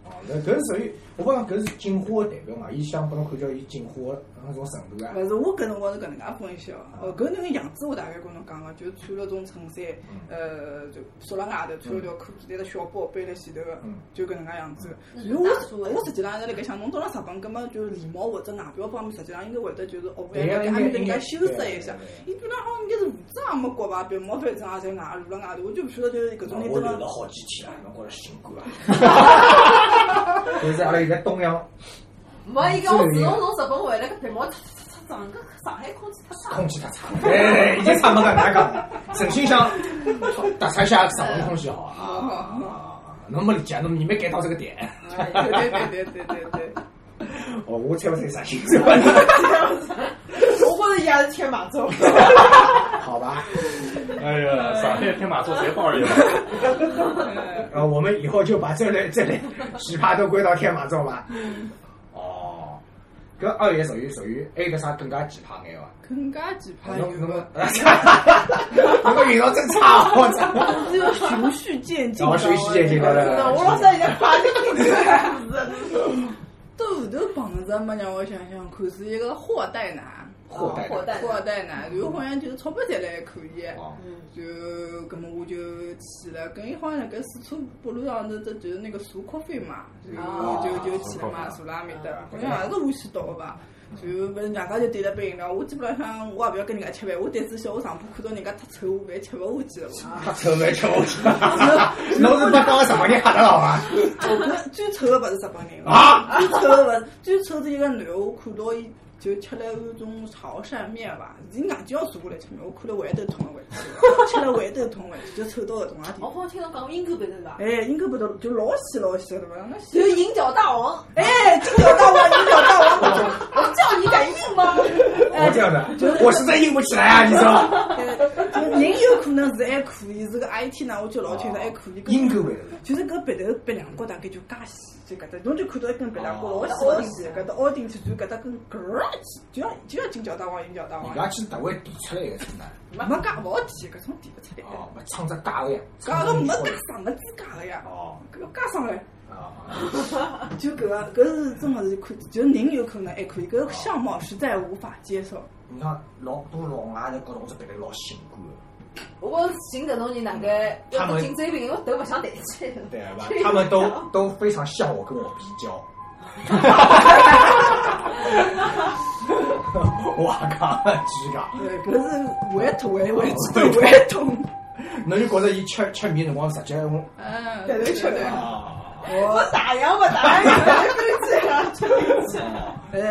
[SPEAKER 4] 哦，那搿是属于我讲搿是进化的代表嘛，伊想拨侬看叫伊进化的那种程度啊。
[SPEAKER 3] 勿是我搿辰光是搿能介分析哦，呃，搿人个样子我大概跟侬讲个，就是穿了种衬衫，
[SPEAKER 4] 嗯
[SPEAKER 3] 呃，就缩了外头，穿了条裤子，拿个小包背辣前头个
[SPEAKER 4] 嗯，
[SPEAKER 3] 就搿能介样子的。
[SPEAKER 5] 嗯
[SPEAKER 3] 然后我我实际浪在辣盖想，侬到了日本，葛末就是礼貌或者外表方面，实际上应该会得就是哦学会
[SPEAKER 4] 对
[SPEAKER 3] 来
[SPEAKER 4] 呀
[SPEAKER 3] 给阿
[SPEAKER 4] 应
[SPEAKER 3] 面
[SPEAKER 4] 该
[SPEAKER 3] 人家修
[SPEAKER 4] 应该
[SPEAKER 3] 饰一下
[SPEAKER 4] 对啊对。
[SPEAKER 3] 伊本来好像应该是胡子也没刮吧，别毛反正也在外露了外头，我就勿晓得就是搿种人
[SPEAKER 4] 啊我
[SPEAKER 3] 真
[SPEAKER 4] 留
[SPEAKER 3] 个
[SPEAKER 4] 了。好几天了，侬觉着辛苦 啊？就是阿拉现在东阳
[SPEAKER 5] 没伊讲我自从从日本回来，搿鼻毛擦擦擦长，搿上海空气太差。
[SPEAKER 4] 空气太差了，哎，已经差不多哪讲了？诚心想打探一下日本空气好啊
[SPEAKER 3] 哦
[SPEAKER 4] 啊
[SPEAKER 3] 哦，
[SPEAKER 4] 啊，能不理解，那么你没 get 到这个点。
[SPEAKER 3] 哎对对对对对对对。
[SPEAKER 4] 哦，我猜不出啥星座。
[SPEAKER 5] 我觉着爷家是天马座，
[SPEAKER 4] 好吧？
[SPEAKER 6] 哎呀，上海天马座谁包里了？
[SPEAKER 4] 呃，我们以后就把这类这类奇葩都归到天马座吧。哦，搿二爷属于属于还有个啥更加奇葩眼伐？
[SPEAKER 3] 更加奇葩
[SPEAKER 4] 侬侬
[SPEAKER 3] 有
[SPEAKER 4] 侬
[SPEAKER 3] 个，
[SPEAKER 4] 啊 侬个运道真差，我操！
[SPEAKER 3] 只有循序渐进。
[SPEAKER 4] 哦，属于世界级
[SPEAKER 5] 那
[SPEAKER 4] 的
[SPEAKER 5] 我。老早现在快就听
[SPEAKER 3] 到后头碰着没让我想想看，是一个货代男，
[SPEAKER 4] 货代
[SPEAKER 5] 货代
[SPEAKER 3] 货代男，然后好像就是钞票赚了还可以。
[SPEAKER 4] 哦，
[SPEAKER 3] 然后，葛么我就去了，跟伊好像搿四川北路上头，这就是那个茶咖啡嘛，然后就就去了嘛，坐辣埃面搭，好像也是我先到的吧。然后，反正人家就点了杯饮料，我基本浪向我也勿要跟人家吃饭，我胆子小，我上铺看到人家太臭，我饭吃勿下去了。
[SPEAKER 4] 他臭没臭？侬是把当个什么人吓得了伐？
[SPEAKER 3] 我觉得最丑的勿是日本人，
[SPEAKER 4] 啊
[SPEAKER 3] 最丑的勿是最丑的一个男的，我看到伊就吃了那种潮汕面伐，是硬就要坐过来吃面，我看了胃都痛了回去，吃了胃都痛了回去，就丑到搿种啊地
[SPEAKER 5] 我
[SPEAKER 3] 步。
[SPEAKER 5] 好像听侬讲过英国别是吧？
[SPEAKER 3] 哎，应该不得就老细老细的嘛，那
[SPEAKER 5] 就
[SPEAKER 3] 细
[SPEAKER 5] 是银角大王，
[SPEAKER 3] 哎，金 角大王，银角大王那种。
[SPEAKER 5] 我叫你敢应吗？哎
[SPEAKER 4] 我这样的，我实在硬不起来啊，你知道吗？
[SPEAKER 3] 人有可能是还可以，是个 IT 呢，我就老觉得还可以。
[SPEAKER 4] 哦阴沟味。
[SPEAKER 3] 就是搿鼻头鼻梁高大概就介细，就搿搭，侬就看到一根鼻梁高老哦细老细，搿搭凹进去，就搿搭根格儿起，就要就要进角大王，进角大
[SPEAKER 4] 人
[SPEAKER 3] 王，
[SPEAKER 4] 家去特会提出来一个词呢，
[SPEAKER 3] 没介勿好提，搿种提勿出来。
[SPEAKER 4] 哦，没唱只假的呀，
[SPEAKER 3] 搿个没加啥没资格了呀，
[SPEAKER 4] 哦
[SPEAKER 3] 搿个加上来。
[SPEAKER 4] 啊，
[SPEAKER 3] 就搿个，搿是真个是看，就是人有可能还可以，搿个相貌实在无法接受。
[SPEAKER 4] 你看老多老外侪觉得我这鼻头老性感的。
[SPEAKER 5] 我寻搿种人大概
[SPEAKER 4] 他
[SPEAKER 5] 要
[SPEAKER 4] 们
[SPEAKER 5] 是颈椎病，我头勿想抬起来。
[SPEAKER 4] 对吧？ 他们都都非常向我跟我比较。我靠，巨讲，
[SPEAKER 3] 对，搿是胃痛，胃胃记得胃痛。
[SPEAKER 4] 侬就觉着伊吃吃面辰光直接用
[SPEAKER 3] 嗯，对对对。
[SPEAKER 4] 啊，
[SPEAKER 3] 我
[SPEAKER 5] 打烊吧，打
[SPEAKER 4] 搿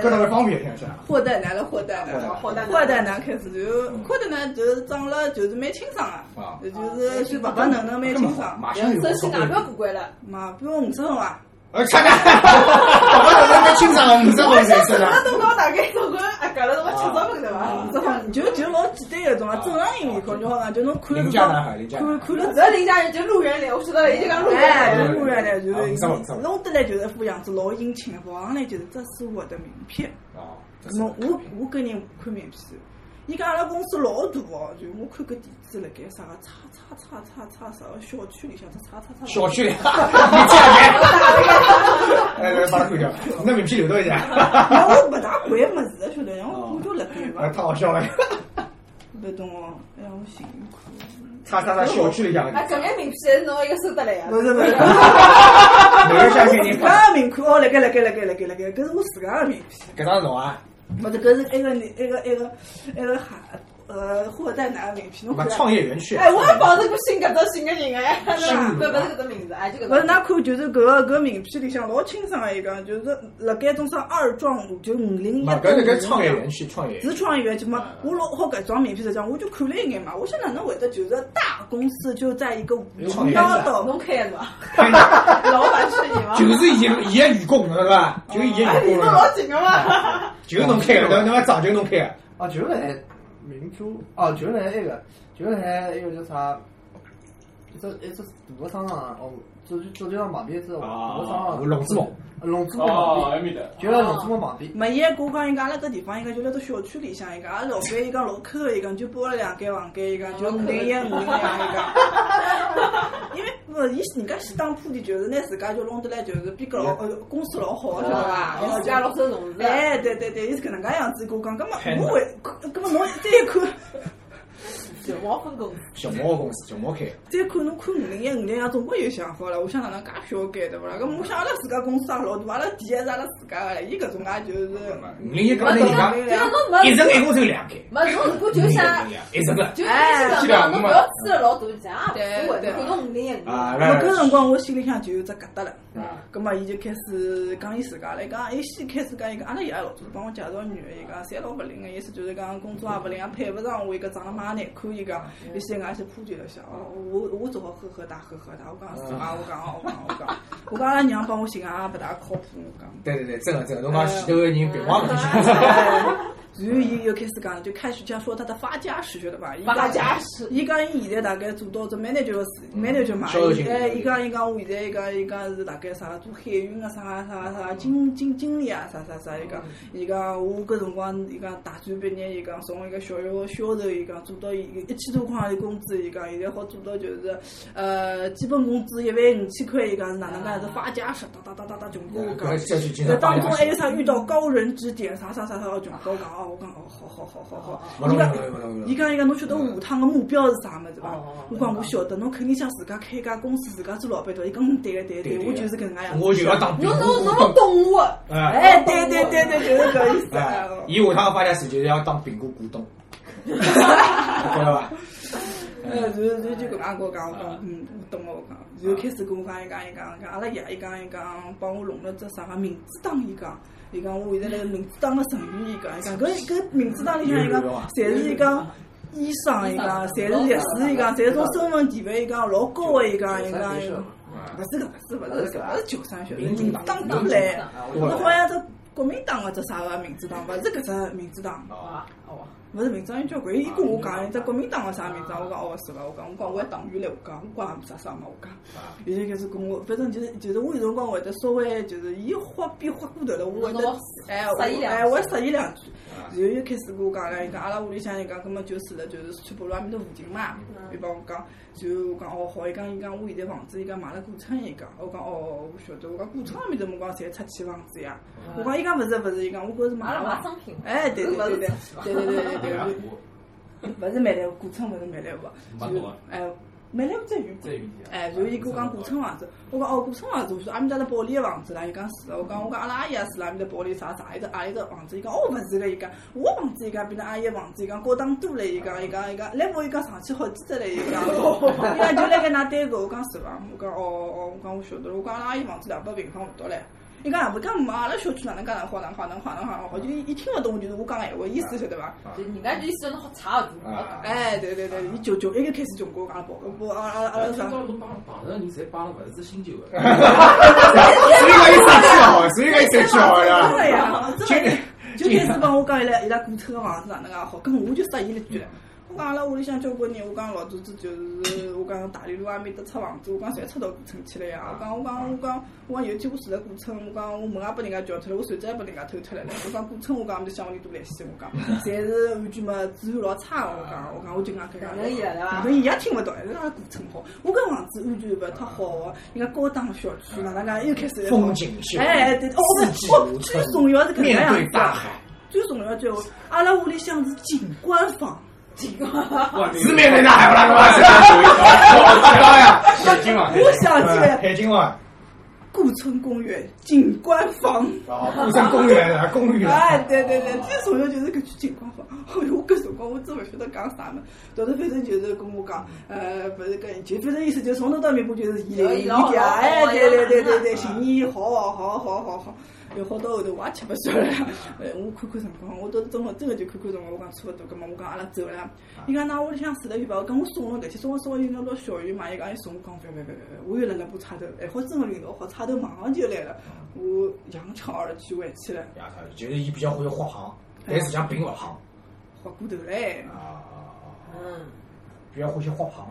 [SPEAKER 4] 倒蛮方便听起来。
[SPEAKER 3] 货代男了，货代男了，
[SPEAKER 5] 货代男
[SPEAKER 3] 货代男开始就，货代男就是长了就是蛮清爽
[SPEAKER 4] 啊
[SPEAKER 3] 啊，就是算白白嫩嫩蛮清爽，
[SPEAKER 4] 马上
[SPEAKER 5] 烊。
[SPEAKER 4] 有哎
[SPEAKER 5] 首先外表过关了，
[SPEAKER 3] 嘛，比我五十分伐？
[SPEAKER 4] 我擦！我我蛮清爽的，五十分才是
[SPEAKER 5] 那
[SPEAKER 4] 呢。
[SPEAKER 5] 侬讲大概总归啊，搿了我七十分对伐？
[SPEAKER 3] 五十分就就老简单个种啊，正常人面孔就好像就侬看了就
[SPEAKER 4] 邻家
[SPEAKER 3] 讲
[SPEAKER 4] 男孩，邻家男
[SPEAKER 3] 看
[SPEAKER 4] 孩，
[SPEAKER 3] 看了
[SPEAKER 5] 只要林家人就路人脸，我晓得了，伊就讲路人
[SPEAKER 3] 哎，
[SPEAKER 5] 脸。
[SPEAKER 3] 就忽然嘞，就
[SPEAKER 4] 啊五十分五十
[SPEAKER 3] 是
[SPEAKER 4] 分
[SPEAKER 3] 弄得来就是一副样子老殷勤，跑上来就是这是我的名片。
[SPEAKER 4] 哦，这
[SPEAKER 3] 咾
[SPEAKER 4] 是
[SPEAKER 3] 么我我跟人看面皮，伊讲阿拉公司老大哦，就我看搿地址辣盖啥个叉叉叉叉叉啥个小区里向只叉叉叉。
[SPEAKER 4] 小区，你这样 来，来来，把它扣掉，你的名片留到一下，
[SPEAKER 3] 然后我不大会么子，晓得，然后我就辣盖
[SPEAKER 4] 哎，
[SPEAKER 3] 伐，
[SPEAKER 4] 太好笑了。
[SPEAKER 3] 勿懂哦，哎呀，我辛苦。
[SPEAKER 4] 叉叉叉小区里向的，
[SPEAKER 5] 啊，搿眼名片还是侬一个收得来呀？
[SPEAKER 3] 勿是勿是，
[SPEAKER 4] 没人相信你
[SPEAKER 3] 自。家个面孔哦，辣盖辣盖辣盖辣盖辣盖，搿是我自家个面皮。
[SPEAKER 4] 搿张是侬啊？
[SPEAKER 3] 勿是，搿是一个一个一个一个海呃货代拿个名片，侬
[SPEAKER 4] 嘛
[SPEAKER 3] 看。
[SPEAKER 4] 创业园区。
[SPEAKER 5] 哎，我还保证过新搿种新个人哎，
[SPEAKER 4] 新
[SPEAKER 5] 不不是搿只名字，哎就搿
[SPEAKER 3] 勿是，
[SPEAKER 5] 种。
[SPEAKER 3] 㑚看就是搿个搿名片里向老清爽个一个，就是辣盖种啥二幢五，就五零一
[SPEAKER 4] 嘛，
[SPEAKER 3] 栋。
[SPEAKER 4] 搿是搿创业园区，创业园
[SPEAKER 3] 是创业园区嘛？我老好搿张名片实际上我就看了一眼嘛，我想哪能会得就是大公司就在一个
[SPEAKER 4] 创
[SPEAKER 3] 五
[SPEAKER 4] 业
[SPEAKER 3] 幺
[SPEAKER 4] 园
[SPEAKER 3] 的
[SPEAKER 5] 侬开是伐？
[SPEAKER 4] 区，
[SPEAKER 5] 老板是你吗？
[SPEAKER 4] 就是伊伊个员工，侬晓得伐？就是伊个员工
[SPEAKER 5] 老
[SPEAKER 4] 了，
[SPEAKER 5] 紧个嘛。
[SPEAKER 4] 就是侬开个，侬侬要早就侬开个。
[SPEAKER 8] 哦，就是来明珠，哦，就是来那个，就是来那个叫啥，一只一只大个商场啊，哦，足球足球场旁边一只大个商场，
[SPEAKER 4] 龙之梦，
[SPEAKER 8] 龙珠
[SPEAKER 6] 哦，
[SPEAKER 8] 旁
[SPEAKER 6] 埃
[SPEAKER 8] 边，
[SPEAKER 6] 面的，
[SPEAKER 8] 就在龙珠旁边。
[SPEAKER 3] 没伊还跟我讲，伊讲阿拉搿地方，伊讲就辣到小区里向，伊讲阿拉老板伊讲老抠个，伊讲就包了两间房间，伊讲就五零一五零两，伊 讲。因为勿伊人家先打铺垫，就是拿自家就弄得来，就是比搿老呃公司老好，晓得
[SPEAKER 4] 啊
[SPEAKER 3] 伐？
[SPEAKER 5] 然后加老受重视。
[SPEAKER 3] 哎，对对对，伊是搿能介样子跟我讲，葛末我会，葛末侬再一看，
[SPEAKER 5] 小猫分公司，
[SPEAKER 4] 小猫个公司，小猫开个。
[SPEAKER 3] 再看侬看五零一五零啊，总归有想法了。我想哪能介小间对勿啦？搿么我想阿拉自家公司也老大，阿拉第一是阿拉自家个，伊搿种介就是，
[SPEAKER 4] 五零一搿能人家
[SPEAKER 5] 就讲侬没
[SPEAKER 4] 一层一共只有两间，
[SPEAKER 5] 没侬如果就想
[SPEAKER 4] 一层个
[SPEAKER 5] 就想讲侬不要吃了老多钱啊，不管侬五年
[SPEAKER 4] 啊，
[SPEAKER 3] 那
[SPEAKER 4] 来
[SPEAKER 3] 搿
[SPEAKER 4] 来
[SPEAKER 3] 辰光我心里向就有只疙瘩了。
[SPEAKER 4] 啊，
[SPEAKER 3] 葛末伊就开始讲伊自家了，伊讲伊先开始讲伊讲阿拉爷老早帮我介绍女个，伊讲侪老勿灵个，意思就是讲工作也勿灵，也配勿上我，伊讲长得嘛也难看，伊讲
[SPEAKER 5] 嗯
[SPEAKER 3] 伊先搿些铺垫了一下，哦，我我只好呵呵哒呵呵哒，我
[SPEAKER 5] 嗯
[SPEAKER 3] 讲是伐？我讲哦，我讲我讲， 我讲阿拉娘帮我寻个也勿大靠谱，我讲。
[SPEAKER 4] 对对对，真个真个，侬讲前头个人别忘了。
[SPEAKER 3] 然后伊又开始讲，就开始讲说他的发家史，晓得伐？伊讲
[SPEAKER 5] 发家史
[SPEAKER 3] 伊讲伊现在大概做到这 manager 的事，manager 嘛
[SPEAKER 4] 销售，经理
[SPEAKER 3] 哎，伊讲伊讲我现在伊讲伊讲是大概啥做海运啊，啥啥啥经经经理啊，啥啥啥，伊讲伊讲我搿辰光伊讲大专毕业，伊讲从一个小小的销售，伊讲做到一一千多块的工资，伊讲现在好做到就是呃基本工资一万五千块，伊讲是哪能介是发家史，哒哒哒哒哒，全部我讲
[SPEAKER 4] 搿。下去经
[SPEAKER 3] 那
[SPEAKER 4] 常
[SPEAKER 3] 当中还有啥遇到高人指点啥啥啥啥，全部讲哦，我讲哦，好好好好好。伊讲伊讲伊讲，侬晓得我下趟个目标是啥么子伐？
[SPEAKER 4] 哦
[SPEAKER 3] 我讲我晓得，侬肯定想自家开一家公司，自家做老板对伐？伊讲嗯，对个对个对，我就是搿能介样。
[SPEAKER 4] 我就要当兵，
[SPEAKER 5] 侬
[SPEAKER 4] 我
[SPEAKER 5] 侬侬懂我，
[SPEAKER 4] 哎
[SPEAKER 3] 哎，对对对对，就是搿意思
[SPEAKER 4] 哎
[SPEAKER 3] 啊。，
[SPEAKER 4] 伊下趟发家史就是要当苹果股东，
[SPEAKER 3] 呃，然后然后就搿能介
[SPEAKER 4] 晓得伐？
[SPEAKER 3] 跟我讲，我讲嗯，我懂了，我讲。然后开始跟我讲，伊讲伊讲，伊讲阿拉爷伊讲伊讲，帮我弄了只啥个民主党，伊讲，伊讲我现在辣个民主党个成员，伊讲，伊讲搿搿民主党里向伊讲，侪是伊讲。医生，伊讲，侪是律师，伊讲，侪是种身份地位，伊讲老高个，伊讲，伊讲，伊讲，勿是搿，勿是勿是搿，勿是九三学，民主党党来，侬好像只国民党个只啥个民主党，勿是搿只民主党。
[SPEAKER 5] 啊哦，
[SPEAKER 3] 勿是民主党有交关，伊跟我讲，只国民党个啥民主党，我讲哦是伐？我讲我讲我还党员来，我讲我讲也没啥啥嘛，我讲。现在开始跟我，反正就是就是我有辰光会得稍微就是伊花边花过头了，我会得
[SPEAKER 5] 侬
[SPEAKER 3] 哎
[SPEAKER 5] 塞伊
[SPEAKER 3] 我
[SPEAKER 5] 两
[SPEAKER 3] 哎我啊塞伊两句，然后又开始跟我讲了，伊讲阿拉屋里向伊讲，葛末就住了就是川北路阿面头附近嘛，伊帮我讲，然后我讲哦好，伊讲伊讲我现在房子伊讲买了顾村，伊讲我讲哦我晓得，我讲顾村阿面头辰光侪拆迁房子呀，我讲伊讲勿是勿是，伊讲我搿是买
[SPEAKER 5] 阿拉
[SPEAKER 3] 了
[SPEAKER 5] 买
[SPEAKER 3] 嘛。
[SPEAKER 5] 商品，
[SPEAKER 3] 哎，对对对对对对对
[SPEAKER 7] 对
[SPEAKER 3] 对
[SPEAKER 7] 啊
[SPEAKER 3] 对， 勿是美来古村，勿是美来
[SPEAKER 7] 没
[SPEAKER 3] 湖
[SPEAKER 7] 多啊，
[SPEAKER 3] 哎，美来湖只远
[SPEAKER 7] 再有一点
[SPEAKER 3] 哎，然后伊跟我讲古村房子，我讲哦，古村房子，我说阿面搭是保利个房子啦，伊讲是，我讲我讲阿拉阿姨也是啦，阿面搭保利啥啥一只阿里只房子，伊讲哦勿是个，伊讲我房子伊讲比那阿姨房子伊讲高档多了，伊讲伊讲伊讲，来我伊讲上去好几只了，伊讲，伊讲就辣盖㑚单个，我讲是伐？我讲哦哦，我讲我晓得了，我讲阿拉阿姨房子两百平方勿到唻。伊讲勿讲嘛，阿拉小区哪能介能好，哪能好，哪能好，哪能好，好，就伊伊听勿懂，就是我讲个闲话意思，晓得伐？
[SPEAKER 5] 就人家就意思侬好差个多，
[SPEAKER 4] 啊，
[SPEAKER 3] 哎，对对对，伊九九一个开始就跟我讲，我我阿拉阿拉啊啥
[SPEAKER 7] 听，到侬帮碰着人，侪帮了勿是只新旧个。
[SPEAKER 4] 谁敢一生气好？谁敢一生气好
[SPEAKER 3] 真的
[SPEAKER 4] 呀？
[SPEAKER 3] 呀，真的就开始帮我讲伊拉伊拉古村个房子哪能介好，跟我就塞伊了句了。我讲阿拉屋里向交关人，我讲老早子就是我讲大理路阿面搭出房子，我讲侪出到古村去了呀。我讲我讲我讲我讲有一天我住了古村，我讲我门也拨人家撬脱了，我手机也拨人家偷脱了了。我讲古村我讲没得想我人多来些，我讲侪是完全嘛治安老差个，我讲我讲我就讲搿
[SPEAKER 5] 哪能演的啊
[SPEAKER 3] 伊也听勿懂，伊拉古村好，我搿房子安全勿太好个，人家高档小区哪能介又开始
[SPEAKER 4] 风景秀，
[SPEAKER 3] 哎，对，哦，哦，最重要是搿能
[SPEAKER 4] 面
[SPEAKER 3] 样
[SPEAKER 4] 对
[SPEAKER 3] 子
[SPEAKER 4] 大
[SPEAKER 3] 啊，
[SPEAKER 4] 海，
[SPEAKER 3] 最重要就是阿拉屋里向是景观房，
[SPEAKER 4] 是面对大海不啦？我知道呀，
[SPEAKER 6] 水晶啊，
[SPEAKER 3] 我想起来
[SPEAKER 4] 海景嘛，
[SPEAKER 3] 顾村公园景观房，
[SPEAKER 4] 哦，沪山公园啊，公园。
[SPEAKER 3] 哎，对对对，最重要就是搿句景观房。哎 哟，我搿辰光我真勿晓得讲啥么，到头反正就是跟我讲，呃，勿是搿，就反正意思就是从头到尾我就是伊来伊去啊，哎，对对对对对，寻伊好好好啊好好好。又好到后头，我也吃不消了。呃，我看看辰光，我到真的真的就看看辰光，我讲差不多，葛末我讲阿拉走了。伊讲㑚屋里向住了远伐？我讲我送侬搿去，送我送我有眼到小院嘛。伊讲伊送我讲，别别别别，我又辣辣部插头，哎还好真个运道好，插头马上就来了。我扬长而去回去了，
[SPEAKER 4] 呀，就是伊比较会画行，但实际上并勿行
[SPEAKER 3] 滑过头嘞。
[SPEAKER 4] 啊，
[SPEAKER 5] 嗯，
[SPEAKER 4] 比较欢喜画行。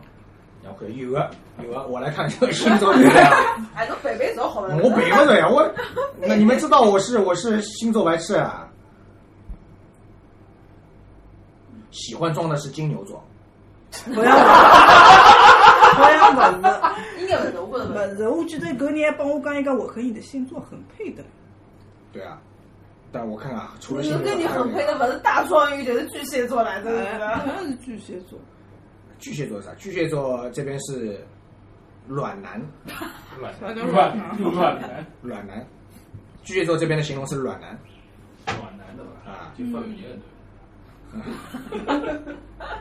[SPEAKER 4] 然后有个有个，我来看这个星座流量。
[SPEAKER 5] 哎，侬背背找好了，
[SPEAKER 4] 我背不对呀，我 那你们知道我是我是星座白痴啊，喜欢装的是金牛座，
[SPEAKER 3] 好像好像 勿
[SPEAKER 5] 应该勿是，我
[SPEAKER 3] 是，勿是。我
[SPEAKER 5] 觉着
[SPEAKER 3] 记得搿人还帮我讲，伊讲我和你的星座很配的。对
[SPEAKER 4] 啊，但我看啊，除
[SPEAKER 5] 勿
[SPEAKER 4] 了
[SPEAKER 5] 是。
[SPEAKER 4] 星
[SPEAKER 5] 侬
[SPEAKER 4] 座
[SPEAKER 5] 跟你
[SPEAKER 4] 还有
[SPEAKER 5] 很
[SPEAKER 4] 哪
[SPEAKER 5] 配
[SPEAKER 4] 个
[SPEAKER 5] 的，勿是大双鱼就是巨蟹座来着，是
[SPEAKER 3] 哎，
[SPEAKER 5] 吧？
[SPEAKER 3] 当然是巨蟹座。
[SPEAKER 4] 巨蟹座是啥？巨蟹座这边是软男，
[SPEAKER 3] 反正
[SPEAKER 7] 软软男，
[SPEAKER 4] 软男，巨蟹座这边的形容是软男
[SPEAKER 7] 软男的吧？
[SPEAKER 4] 啊，
[SPEAKER 7] 就方圆的。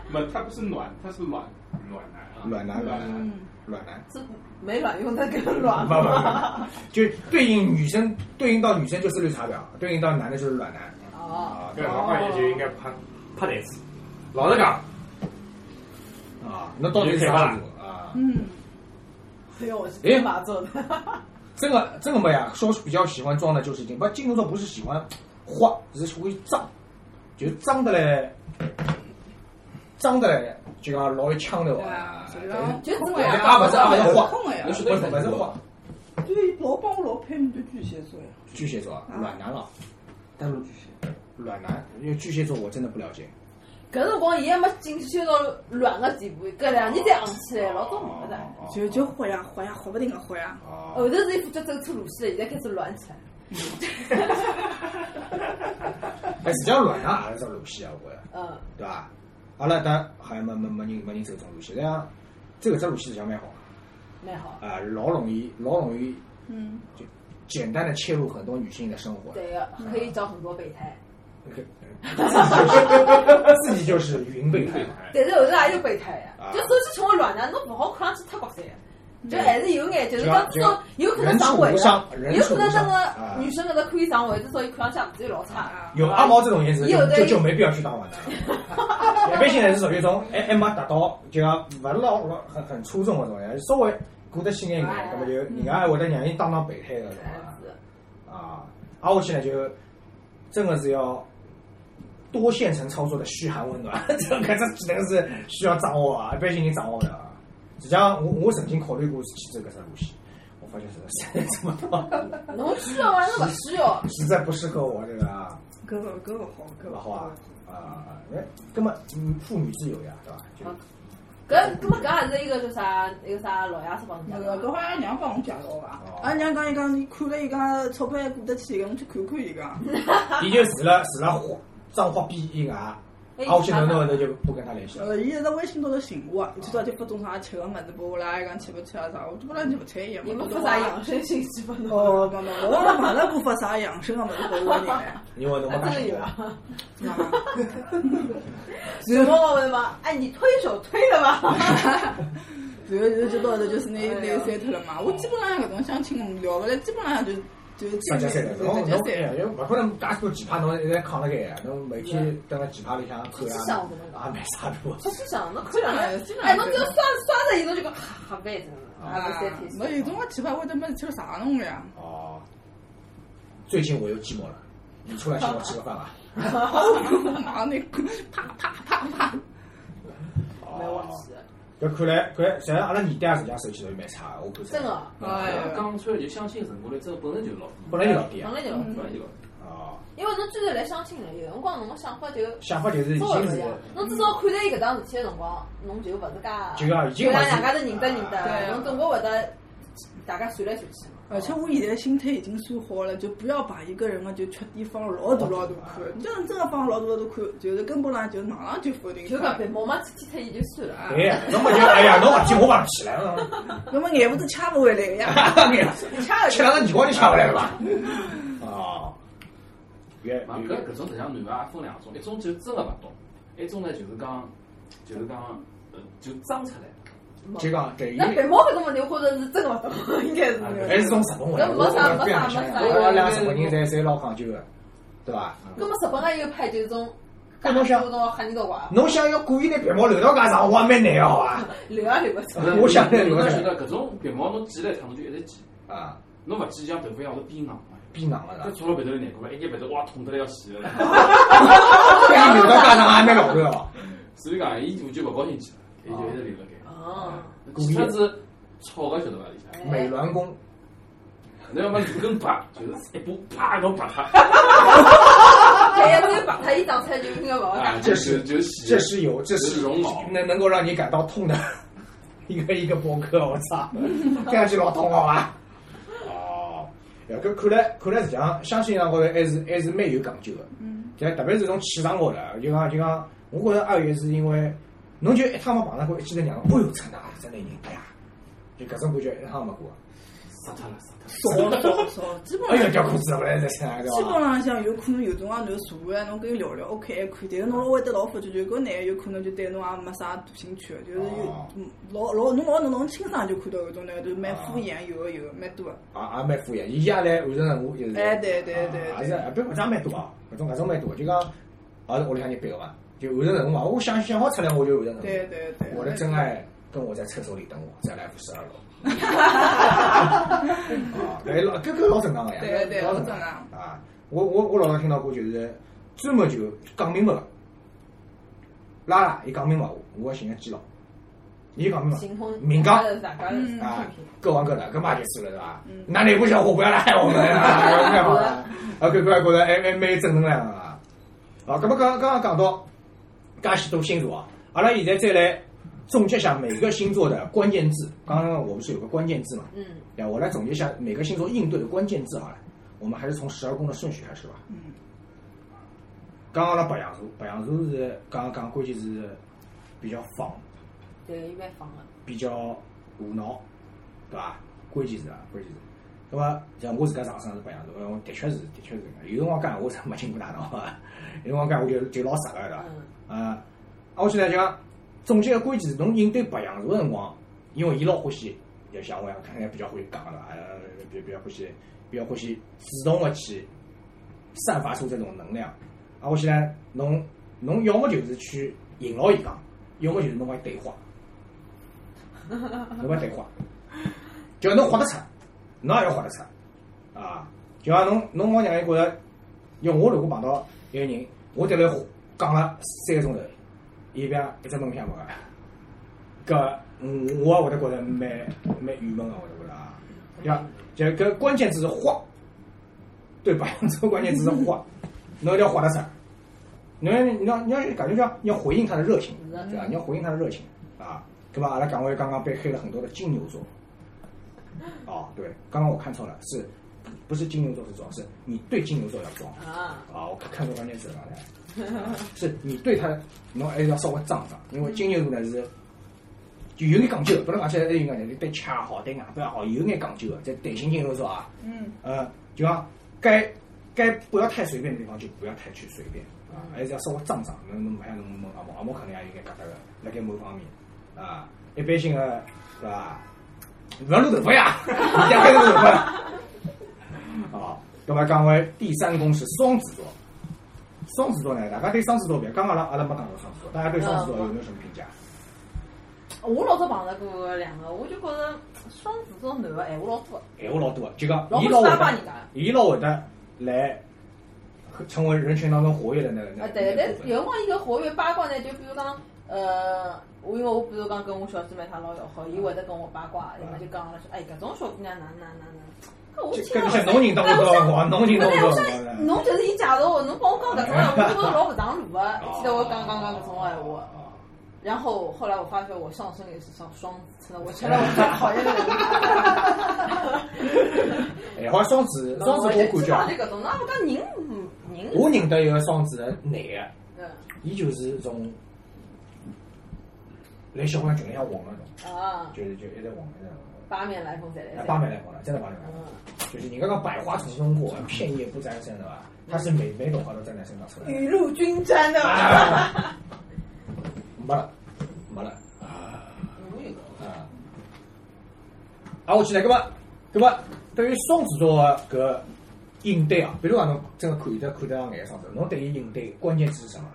[SPEAKER 7] 没，他不是暖，他是软软男啊。
[SPEAKER 4] 软男，软男，卵男。啊
[SPEAKER 5] 是没卵用的 更卵
[SPEAKER 4] 不不
[SPEAKER 5] 吗？
[SPEAKER 4] 不，就对应女生，对应到女生就是绿茶婊，对应到男的就是软男。
[SPEAKER 5] 哦，
[SPEAKER 4] 啊
[SPEAKER 6] 搿辰光也就应该拍拍台子。老实讲，
[SPEAKER 4] 啊，那到底是啥星座啊？
[SPEAKER 3] 嗯，
[SPEAKER 5] 所以我是
[SPEAKER 4] 哎
[SPEAKER 5] 天马座的，
[SPEAKER 4] 这个这个没啊，说是比较喜欢装的就是金，不金牛座不是喜欢花，只是会脏，就是装得来，装得来，就讲老有腔调
[SPEAKER 3] 对
[SPEAKER 4] 啊
[SPEAKER 3] 啊，，所以讲
[SPEAKER 5] 就
[SPEAKER 3] 空
[SPEAKER 5] 这
[SPEAKER 3] 个呀，
[SPEAKER 4] 啊，勿是啊，勿是
[SPEAKER 3] 空
[SPEAKER 4] 花
[SPEAKER 3] 个，呀
[SPEAKER 4] 勿。是勿是花，
[SPEAKER 3] 对，老帮我老佩服对巨蟹座呀，
[SPEAKER 4] 巨蟹座啊，软男了，但是软男，因为巨蟹座我真的不了解，
[SPEAKER 5] 搿辰光伊还没进修到软个地步，搿两年才昂起来，老早没的。
[SPEAKER 3] 就就活呀活呀，活不停个活呀。
[SPEAKER 5] 后头是伊副脚走错路线了，现在开始软起来。
[SPEAKER 4] 哎，实际上软男也是只路线啊，我觉着。
[SPEAKER 5] 嗯，
[SPEAKER 4] 对伐？阿拉但好像没没没人没人走这种路线，实际上这个这路线实际上蛮好
[SPEAKER 5] 蛮好。
[SPEAKER 4] 啊、老容易老容易
[SPEAKER 3] 嗯，
[SPEAKER 4] 简单的切入很多女性的生活，
[SPEAKER 5] 对个，可以找很多备胎，
[SPEAKER 4] 哎自己就是云备胎嘛。
[SPEAKER 5] 但是后头也有备胎
[SPEAKER 4] 啊
[SPEAKER 5] 呀。就首先请我软男，侬勿啊好看上去太国三。就还是有眼，就是
[SPEAKER 4] 就
[SPEAKER 5] 讲至少有可能啊上位
[SPEAKER 4] 人畜无伤
[SPEAKER 5] 的，
[SPEAKER 4] 人
[SPEAKER 5] 有
[SPEAKER 4] 畜
[SPEAKER 5] 可
[SPEAKER 4] 无
[SPEAKER 5] 能
[SPEAKER 4] 伤
[SPEAKER 5] 那
[SPEAKER 4] 啊
[SPEAKER 5] 个女生搿搭可以上位，至少伊看上去也勿是老
[SPEAKER 3] 啊
[SPEAKER 5] 差。
[SPEAKER 4] 有阿毛这种颜值，
[SPEAKER 5] 有
[SPEAKER 4] 就
[SPEAKER 5] 的
[SPEAKER 4] 就就没必要去当 网站。一般性还是属于一种，还还没达到，就讲勿是老老很很出众的种人，稍微过得去眼眼，
[SPEAKER 5] 哎
[SPEAKER 4] 那么就人家还会得让伊当当备胎的，
[SPEAKER 5] 这
[SPEAKER 4] 对伐？
[SPEAKER 5] 样子，
[SPEAKER 4] 啊，挨下去呢就真的是要多线程操作的嘘寒问暖， 这个这技能是需要掌握啊，一般性人掌握的啊。实际上，我我曾经考虑过去走搿只路线，我发现实在是 做不到，
[SPEAKER 5] 侬需要伐？侬勿需要。
[SPEAKER 4] 实在不适合我这个啊，
[SPEAKER 3] 搿个搿个好，搿个
[SPEAKER 4] 搿勿好啊。啊，哎，根本嗯，妇女自由呀，对吧？就
[SPEAKER 5] 好搿搿么搿也是一个叫啥一个啊啥老爷子帮侬
[SPEAKER 3] 那
[SPEAKER 5] 讲
[SPEAKER 3] 个
[SPEAKER 5] 的。
[SPEAKER 3] 搿好像娘帮我介绍个，俺啊娘讲伊讲，你看了伊讲钞票还过得去，伊讲侬去看看伊讲。
[SPEAKER 4] 伊就除了除了花脏花逼以外，
[SPEAKER 5] 哎
[SPEAKER 4] 挨下去哪能后头就不跟他联系了。
[SPEAKER 3] 呃，伊一直微信高头寻我，一天到就发种啥吃个物事拨我啦，伊讲吃勿吃啊啥，我就本来就勿睬伊
[SPEAKER 5] 你
[SPEAKER 3] 嘛。
[SPEAKER 5] 们发啥养生信息拨侬？
[SPEAKER 3] 哦，没没，我没碰到过发啥养生个物事拨我人嘞。
[SPEAKER 4] 因为侬没
[SPEAKER 5] 啊，
[SPEAKER 4] 干
[SPEAKER 5] 真的有
[SPEAKER 4] 过，
[SPEAKER 5] 啊！
[SPEAKER 3] 然
[SPEAKER 5] 什
[SPEAKER 3] 后，
[SPEAKER 5] 么问吗？哎，你推手推了吧？
[SPEAKER 3] 然后，然后就到头就是拿拿删脱了嘛。我基本上搿种相亲个聊勿来，基本上就就
[SPEAKER 4] 啥叫三代？
[SPEAKER 3] 就
[SPEAKER 4] 侬
[SPEAKER 3] 直接
[SPEAKER 4] 侬哎
[SPEAKER 3] 删
[SPEAKER 4] 呀，又勿可能介多奇葩，侬一直扛辣盖呀！侬每天蹲辣奇葩里向看
[SPEAKER 5] 是
[SPEAKER 4] 啊
[SPEAKER 5] 想我侬，讲
[SPEAKER 4] 也没 啥路啊。
[SPEAKER 5] 出去想，侬看上了，哎，侬只要刷刷着伊，侬就讲哈哈背着侬，啊，
[SPEAKER 3] 啊
[SPEAKER 5] 不三天。
[SPEAKER 3] 那有种个奇葩会得没事体了啥弄个呀？
[SPEAKER 4] 哦，最近我又寂寞了，你出来请我吃个饭 吧。
[SPEAKER 3] 妈那个啪啪啪啪，
[SPEAKER 5] 没
[SPEAKER 4] 哦
[SPEAKER 5] 忘，记，
[SPEAKER 4] 搿看来搿实际上阿拉年代实际上手气都蛮差的，我看
[SPEAKER 5] 真的，啊
[SPEAKER 3] 哎呀，
[SPEAKER 9] 讲出来就相亲成功率，这个本身就老低，
[SPEAKER 4] 本来就老低
[SPEAKER 5] 本
[SPEAKER 4] 啊。
[SPEAKER 5] 来就，
[SPEAKER 9] 本来就
[SPEAKER 7] 嗯
[SPEAKER 9] 老低。
[SPEAKER 4] 哦，
[SPEAKER 5] 因为侬真的来相亲了，有辰光侬个想法就
[SPEAKER 4] 想法就是已
[SPEAKER 5] 稍微
[SPEAKER 4] 经
[SPEAKER 5] 勿
[SPEAKER 4] 是
[SPEAKER 5] 一样。侬至少看待伊搿桩事体个辰光，侬就勿是介，
[SPEAKER 4] 就讲已经
[SPEAKER 5] 就
[SPEAKER 4] 勿
[SPEAKER 5] 像
[SPEAKER 4] 是
[SPEAKER 5] 人家头认得认
[SPEAKER 3] 对
[SPEAKER 5] 得，
[SPEAKER 3] 啊
[SPEAKER 5] 侬总归会得大家算来算去嘛。
[SPEAKER 3] 而且我现在心态已经算好了，就不要把一个人啊的就缺点放老大
[SPEAKER 4] 哦
[SPEAKER 3] 老大看。你要是真的放老大老大看，就是根本上就马上就否定
[SPEAKER 5] 就
[SPEAKER 3] 他
[SPEAKER 5] 搿。别毛毛剃剃脱伊就算了啊。
[SPEAKER 4] 对呀，侬勿就哎呀，侬勿听我讲起来了，
[SPEAKER 3] 那么眼不是掐不回来的呀？
[SPEAKER 5] 掐
[SPEAKER 4] 吃两个耳光就吃回来了 吧？哦，越
[SPEAKER 9] 嘛，
[SPEAKER 4] 越
[SPEAKER 9] 搿搿种实际上男个也分两种，一种就真个勿懂，一种呢就是讲，就是讲，呃，就装 出来。
[SPEAKER 4] 就讲对于
[SPEAKER 5] 那白毛搿种问题，我觉着是真个勿懂，应该
[SPEAKER 3] 哎
[SPEAKER 5] 是。
[SPEAKER 4] 还是从日本回来，我我非常想想，我拉日本人侪侪老讲究的，对伐？
[SPEAKER 9] 啊
[SPEAKER 5] 葛么日本个一个派就是种，
[SPEAKER 4] 搿侬想
[SPEAKER 5] 搿种黑人的话，
[SPEAKER 4] 侬想要故意拿鼻毛留到介长，我也蛮难哦啊！
[SPEAKER 5] 留也留勿住。
[SPEAKER 4] 我想
[SPEAKER 9] 侬
[SPEAKER 4] 那留
[SPEAKER 9] 侬
[SPEAKER 4] 下
[SPEAKER 9] 晓
[SPEAKER 4] 来
[SPEAKER 9] 得搿种鼻毛侬剪了一趟，侬就一直剪，
[SPEAKER 4] 啊，
[SPEAKER 9] 侬勿剪像头发一样会变硬嘛。
[SPEAKER 4] 变硬 了
[SPEAKER 9] 搿
[SPEAKER 4] 是
[SPEAKER 9] 戳了鼻头就难过了，一眼鼻头哇痛得来要死了。
[SPEAKER 4] 吧？故意留到介长也蛮老的哦。
[SPEAKER 9] 所以讲，伊我就勿高兴去了，伊就一直留辣盖。啊
[SPEAKER 5] 哦，
[SPEAKER 4] 故
[SPEAKER 9] 其
[SPEAKER 4] 意
[SPEAKER 9] 他是草个晓得伐？里向，
[SPEAKER 4] 美
[SPEAKER 5] 哎，
[SPEAKER 4] 銮宫，
[SPEAKER 9] 侬要么是根拔，就是一把啪一道拔它。
[SPEAKER 5] 对呀，侬要白脱伊长出来就应该勿好
[SPEAKER 9] 啊，
[SPEAKER 5] 打。
[SPEAKER 9] 这是就是洗
[SPEAKER 4] 这是有这
[SPEAKER 9] 这
[SPEAKER 4] 是
[SPEAKER 9] 是绒毛
[SPEAKER 4] 能能够让你感到痛的一个一个博客，我操， 这样就老痛了啊！哦，呀，搿看来看来实际上相亲上高头还是还是蛮有讲究的。
[SPEAKER 3] 嗯，
[SPEAKER 4] 就特别是从气场高头，就讲就讲，我觉着二月是因为，侬就一趟没碰上过，一记头让人，哎哟，真的啊，真的人，哎呀，就搿种感觉一趟没过。
[SPEAKER 9] 杀脱了，杀脱了。
[SPEAKER 3] 少少少，基本
[SPEAKER 4] 哎
[SPEAKER 3] 上
[SPEAKER 4] 哟，条裤子勿来在身上，
[SPEAKER 3] 基
[SPEAKER 4] 对
[SPEAKER 3] 本
[SPEAKER 4] 伐？
[SPEAKER 3] 上像有可能有种啊，侬坐下来侬跟伊聊聊，OK 还可以，但是侬会得老发觉，就搿男个有可能就对侬也没啥大兴趣，就是有
[SPEAKER 4] 哦
[SPEAKER 3] 嗯老老侬老侬侬清爽就看到搿种男的，就是蛮敷
[SPEAKER 4] 哦
[SPEAKER 3] 衍，有个有个蛮多的。
[SPEAKER 4] 啊，也蛮敷衍，伊也来完成任务，就是。
[SPEAKER 3] 哎对对对
[SPEAKER 4] 啊也是，别搿种蛮多啊，搿种搿种蛮多，就讲，也是屋里向人逼个嘛，就完成任务啊嘛，我想想好出来我就完成任务。
[SPEAKER 3] 对对对，
[SPEAKER 4] 我的真爱跟我在厕所里等我，在来福 十二楼。啊，对，老，搿个老正常个呀，
[SPEAKER 3] 对对
[SPEAKER 4] 老
[SPEAKER 3] 老
[SPEAKER 4] 正
[SPEAKER 3] 正
[SPEAKER 4] 常
[SPEAKER 3] 常
[SPEAKER 4] 啊。我我我老早听到过，就是专门就讲明白个。拉拉伊讲明白我，我要寻个基佬，伊讲明白，
[SPEAKER 5] 形同
[SPEAKER 4] 明讲
[SPEAKER 5] 大家是
[SPEAKER 4] 啊
[SPEAKER 5] 品，
[SPEAKER 4] 各玩各的，搿嘛结束了是伐？那内部小伙不要来害我们啊，搿蛮好了，啊，搿搿觉着还还蛮正能量个啊。好，搿么刚刚刚讲到介许多星座啊，阿拉现在再来总结一下每个星座的关键字。刚刚我不是有个关键字嘛？
[SPEAKER 5] 嗯，
[SPEAKER 4] 对吧，我来总结一下每个星座应对的关键字好了。我们还是从十二宫的顺序开始吧。嗯。刚刚阿拉白羊座，白羊座是刚刚讲关键是比较放，
[SPEAKER 5] 对，一般放的。
[SPEAKER 4] 比较无脑，对伐？关键是啊，关键是。那么像我自家上身是白羊座，呃我的确是的确是搿样。有辰光讲闲话是没经过大脑啊， 有辰光讲我就就老实个，对伐？啊，啊，我现在讲总结个关键是，侬应对白羊座个辰光，因为伊老欢喜，就像我一样，看起来比较欢喜讲个啦，呃，比比较欢喜，比较欢喜主动个去散发出这种能量。啊，我现在侬侬要么就是去引牢伊讲，要么就是侬帮伊对话，侬帮伊对话，就侬豁得出，侬也要豁得出，啊，就像侬侬往让伊觉着，要我如果碰到一个人，我对来讲了三个钟头，伊别一只梦想没个，啊搿嗯我也会得觉着蛮蛮郁闷个，我会得觉着啊，对伐？就搿关键词是豁，对吧？这个关键词是豁，侬一定要豁得出。你要你要你要感觉到要回应他的热情，对吧？你要回应他的热情啊。对吧？阿拉岗位刚刚被黑了很多的金牛座，哦，对，刚刚我看错了，是不是金牛座是装？是你对金牛座要装
[SPEAKER 5] 啊，
[SPEAKER 4] 啊！我看错关键词了，啊是你对他，侬还是要稍微装装，因为金牛座呢是就有眼讲究，不能讲起来还有眼讲究，对吃也好，对外表也好，有眼讲究的。在典型金牛座啊，
[SPEAKER 3] 嗯，
[SPEAKER 4] 呃，就讲该该不要太随便的地方就不要太去随便啊，还是要稍微装装。侬侬勿像侬问阿毛，阿毛肯定也有眼疙瘩个，辣盖某方面啊，一般性个是伐？勿要露头发呀，一定要露头发。 啊，咁么讲回第三宫是双子座，双子座呢，大家对双子座别，刚刚阿拉阿拉没讲到双子座，大家对双子座有没有什么评价？
[SPEAKER 5] 我老早碰着过两个，我就觉着双子座男的闲话老多，
[SPEAKER 4] 闲话老啊多的，就讲
[SPEAKER 5] 老
[SPEAKER 4] 伊
[SPEAKER 5] 不
[SPEAKER 4] 老
[SPEAKER 5] 是
[SPEAKER 4] 会
[SPEAKER 5] 搭帮人
[SPEAKER 4] 得，
[SPEAKER 5] 家。
[SPEAKER 4] 伊老会得来成为人群当中活跃的那个那
[SPEAKER 5] 啊，
[SPEAKER 4] 个
[SPEAKER 5] 对，
[SPEAKER 4] 那
[SPEAKER 5] 但
[SPEAKER 4] 个
[SPEAKER 5] 是
[SPEAKER 4] 部分。
[SPEAKER 5] 有辰光伊搿活跃八卦呢，就比如讲，呃，我因为我比如讲跟我小姐妹她老要好，伊会得跟我八卦，要么就讲了说，哎，搿种小姑娘哪哪哪哪，搿我
[SPEAKER 4] 就
[SPEAKER 5] 听
[SPEAKER 4] 跟
[SPEAKER 5] 了哎
[SPEAKER 4] 你
[SPEAKER 5] 勿
[SPEAKER 4] 像
[SPEAKER 5] 是，
[SPEAKER 4] 侬认得我多少光，侬认得我
[SPEAKER 5] 对，
[SPEAKER 4] 多
[SPEAKER 5] 哎我
[SPEAKER 4] 少
[SPEAKER 5] 想
[SPEAKER 4] 光？
[SPEAKER 5] 侬就是伊介绍我，侬帮我讲搿种闲话，我觉着老勿上路个，记得我讲讲讲搿种闲
[SPEAKER 4] 哦
[SPEAKER 5] 话。然后后来我发觉我上身也是上双子，真的，我承认我最讨厌的人。
[SPEAKER 4] 哎，好像双子， 双子我感觉啊，
[SPEAKER 5] 就搿种，那勿讲人，人，
[SPEAKER 4] 我认得一个双子的男的，
[SPEAKER 5] 嗯
[SPEAKER 4] 伊就是从来小姑娘群里向混那种，
[SPEAKER 5] 啊，
[SPEAKER 4] 就是就一直混一直混，
[SPEAKER 5] 八面来风侪来嗯
[SPEAKER 4] 那。哎八面来混了，真的八面来混了。就是你刚刚百花丛中过，片叶不沾身的吧？它是每每朵花都沾在身上出来的。
[SPEAKER 5] 雨露均 沾的嘛。
[SPEAKER 4] 没了，没了。啊。啊，我起来，搿么，搿么，对于双子座的搿应对啊，比如讲侬真的看得看得上眼双子，侬对伊应对关键词是什么？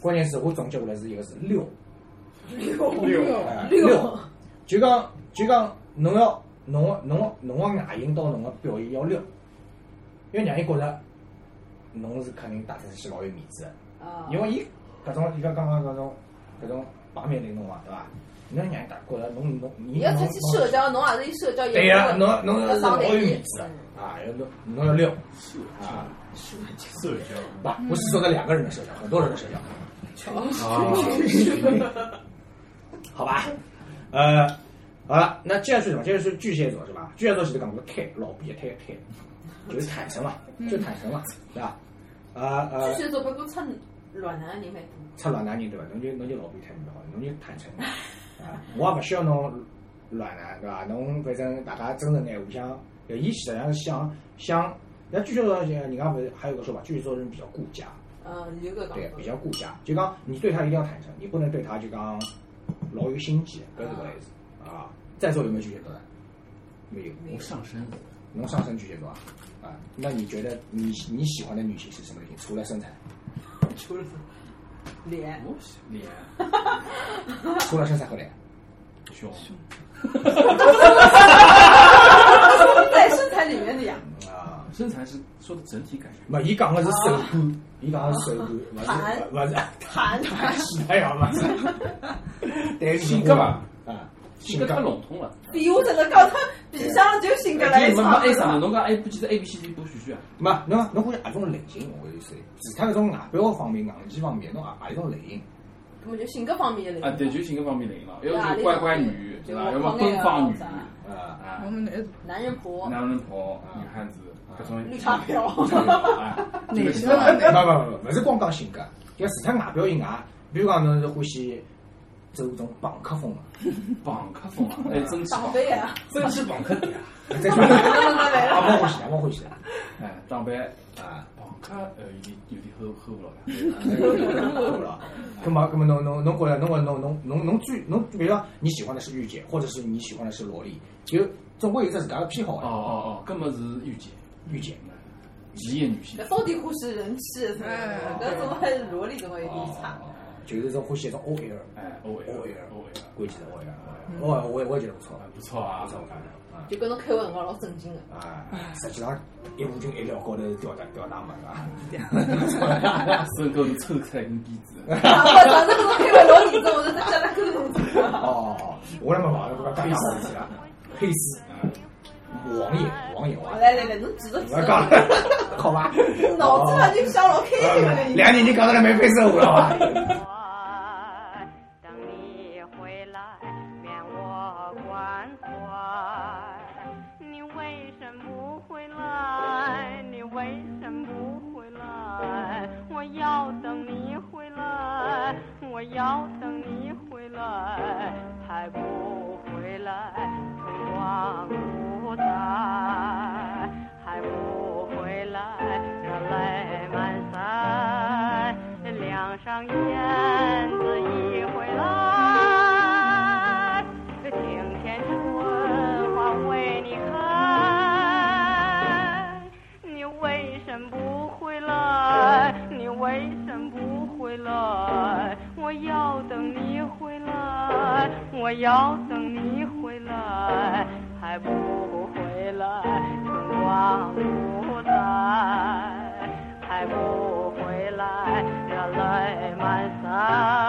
[SPEAKER 4] 关键词我总结下来是一个是溜，
[SPEAKER 5] 六
[SPEAKER 4] 哎
[SPEAKER 5] 六
[SPEAKER 4] 溜，就讲就讲侬要侬的侬的侬个外形到侬个表现要溜，要让伊觉着侬是肯定打出去老有面子的。
[SPEAKER 5] 啊，
[SPEAKER 4] 因为伊搿种伊讲刚刚搿种搿种八面玲珑嘛，对伐？侬让人家觉着侬侬
[SPEAKER 5] 你
[SPEAKER 4] 你
[SPEAKER 5] 要
[SPEAKER 4] 侬
[SPEAKER 5] 出去社交，侬也是一社交
[SPEAKER 4] 对
[SPEAKER 5] 也
[SPEAKER 4] 呀，
[SPEAKER 5] 不
[SPEAKER 4] 侬
[SPEAKER 5] 会
[SPEAKER 4] 侬
[SPEAKER 5] 要
[SPEAKER 4] 是
[SPEAKER 5] 上
[SPEAKER 4] 老
[SPEAKER 5] 台
[SPEAKER 4] 有
[SPEAKER 5] 去
[SPEAKER 4] 面子的啊，要侬侬要溜啊，
[SPEAKER 6] 社交
[SPEAKER 4] 不不是说的两个人的社交，很多人的社交，
[SPEAKER 5] 嗯
[SPEAKER 6] 啊，
[SPEAKER 4] 好吧？呃，好了，那接下去是什么？接下去是巨蟹座是吧？巨蟹座其实讲个开，老逼的开开，就是坦诚嘛，就坦诚嘛，对吧？啊呃
[SPEAKER 5] 巨，蟹座不过出暖男的人蛮多。
[SPEAKER 4] 出软男人对伐？侬就侬就老变态蛮好，侬就坦诚啊！我也勿需要侬软男对伐？侬反正大家真诚眼，互相，呃伊实际上是想想，那据说呃人家勿是还有个说法，据说人比较顾家，
[SPEAKER 5] 嗯，有个讲
[SPEAKER 4] 对，
[SPEAKER 5] 法
[SPEAKER 4] 比。较顾家，就讲你对他一定要坦诚，你不能对他就讲老有心机，搿是搿个意思啊。在座有没有巨蟹座的？啊没有，
[SPEAKER 9] 我上身，
[SPEAKER 4] 侬上升巨蟹座啊？啊，那你觉得你你喜欢的女性是什么类型？除了身材，
[SPEAKER 5] 除了脸，
[SPEAKER 9] 我是啊脸
[SPEAKER 4] 除了身材和脸，
[SPEAKER 9] 胸，
[SPEAKER 5] 在身材里面的呀。
[SPEAKER 4] 嗯啊，
[SPEAKER 9] 身材是说的整体感觉。
[SPEAKER 4] 没，伊讲个是手
[SPEAKER 9] 啊
[SPEAKER 4] 感，伊讲个是手感，勿是勿 是
[SPEAKER 5] 谈
[SPEAKER 4] 其他样物事。 但是
[SPEAKER 6] 性格嘛，
[SPEAKER 4] 啊，
[SPEAKER 9] 性
[SPEAKER 4] 性
[SPEAKER 9] 格
[SPEAKER 4] 格
[SPEAKER 9] 太笼统了，
[SPEAKER 5] 比我真的讲他比上就性格来
[SPEAKER 9] 哎
[SPEAKER 5] 一
[SPEAKER 9] 你们没
[SPEAKER 5] 场
[SPEAKER 9] 爱啥呢？侬讲哎 A B 其实 A B C D 多选选啊，
[SPEAKER 4] 没，侬侬讲阿种类型，我会说，除脱搿种外表方面、硬件方面，侬也也一种类型。
[SPEAKER 5] 那么就性格方面的
[SPEAKER 9] 啊，对，就性格方面类型了，要么就乖乖女，对吧？要么奔放女，
[SPEAKER 4] 啊，
[SPEAKER 9] 啊
[SPEAKER 3] 我，们男
[SPEAKER 5] 男人婆，嗯
[SPEAKER 9] 男人婆、女汉子，各种
[SPEAKER 5] 绿茶婊
[SPEAKER 9] 啊，这个性格
[SPEAKER 4] 勿勿勿勿，勿是光讲性格，就除脱外表以外，比如讲侬是欢喜走搿种朋克啊风嘛，
[SPEAKER 9] 朋克风啊，哎，真是
[SPEAKER 5] 长辈啊，
[SPEAKER 9] 真是朋 克点啊，
[SPEAKER 4] 这就阿猫欢喜，阿猫欢喜
[SPEAKER 9] 哎，长辈
[SPEAKER 4] 啊，
[SPEAKER 9] 朋克呃有点有点 hold hold 不了了。
[SPEAKER 4] 对不啦？那么，那么侬侬侬觉着侬觉着侬侬侬侬最侬，比如说你喜欢的是御姐，或者是你喜欢的是萝莉，就总归有只自家的偏好
[SPEAKER 9] 哦
[SPEAKER 4] 的
[SPEAKER 9] 哦哦，搿么是御姐，
[SPEAKER 4] 御姐。
[SPEAKER 9] 职业女性。
[SPEAKER 5] 那到底欢喜人气是吧？
[SPEAKER 3] 嗯
[SPEAKER 5] 搿怎么还是萝莉怎么有
[SPEAKER 9] 哦
[SPEAKER 5] 点差？
[SPEAKER 4] 就是种欢喜一种 OL，
[SPEAKER 9] 哎，O L O L，
[SPEAKER 4] 关键是 OL，我我我也觉得不错，
[SPEAKER 9] 不错啊
[SPEAKER 4] 不，错啊
[SPEAKER 5] 就跟侬开会辰光老震惊的，
[SPEAKER 4] 啊！实际上一步进一料高头吊打吊打门啊，
[SPEAKER 9] 身高是抽出来根鞭子。
[SPEAKER 5] 啊我早上跟侬开会老认真，我就在叫他跟侬走啊。
[SPEAKER 4] 哦，我来嘛嘛，我讲黑丝啊，黑丝，王爷王爷王爷，
[SPEAKER 5] 来来来，侬继续继
[SPEAKER 4] 我讲
[SPEAKER 5] 续，
[SPEAKER 4] 好吧？
[SPEAKER 5] 脑子嘛就想老开
[SPEAKER 4] 啊
[SPEAKER 5] 心了已经。
[SPEAKER 4] 两年你搞得来眉飞色舞了啊吧？
[SPEAKER 10] 怀，等你回来，免我关怀。你为什么不回来？你为什么不回来？我要等你回来，我要等你回来，还不回来，春光不再，还不回来，热泪满腮，两上燕子一回来，庭前春花为你开。你为什么不回来？你为什么不回来？我要等你回来，我要等你回来，还不回来，春光不再，还不回来，热泪满腮。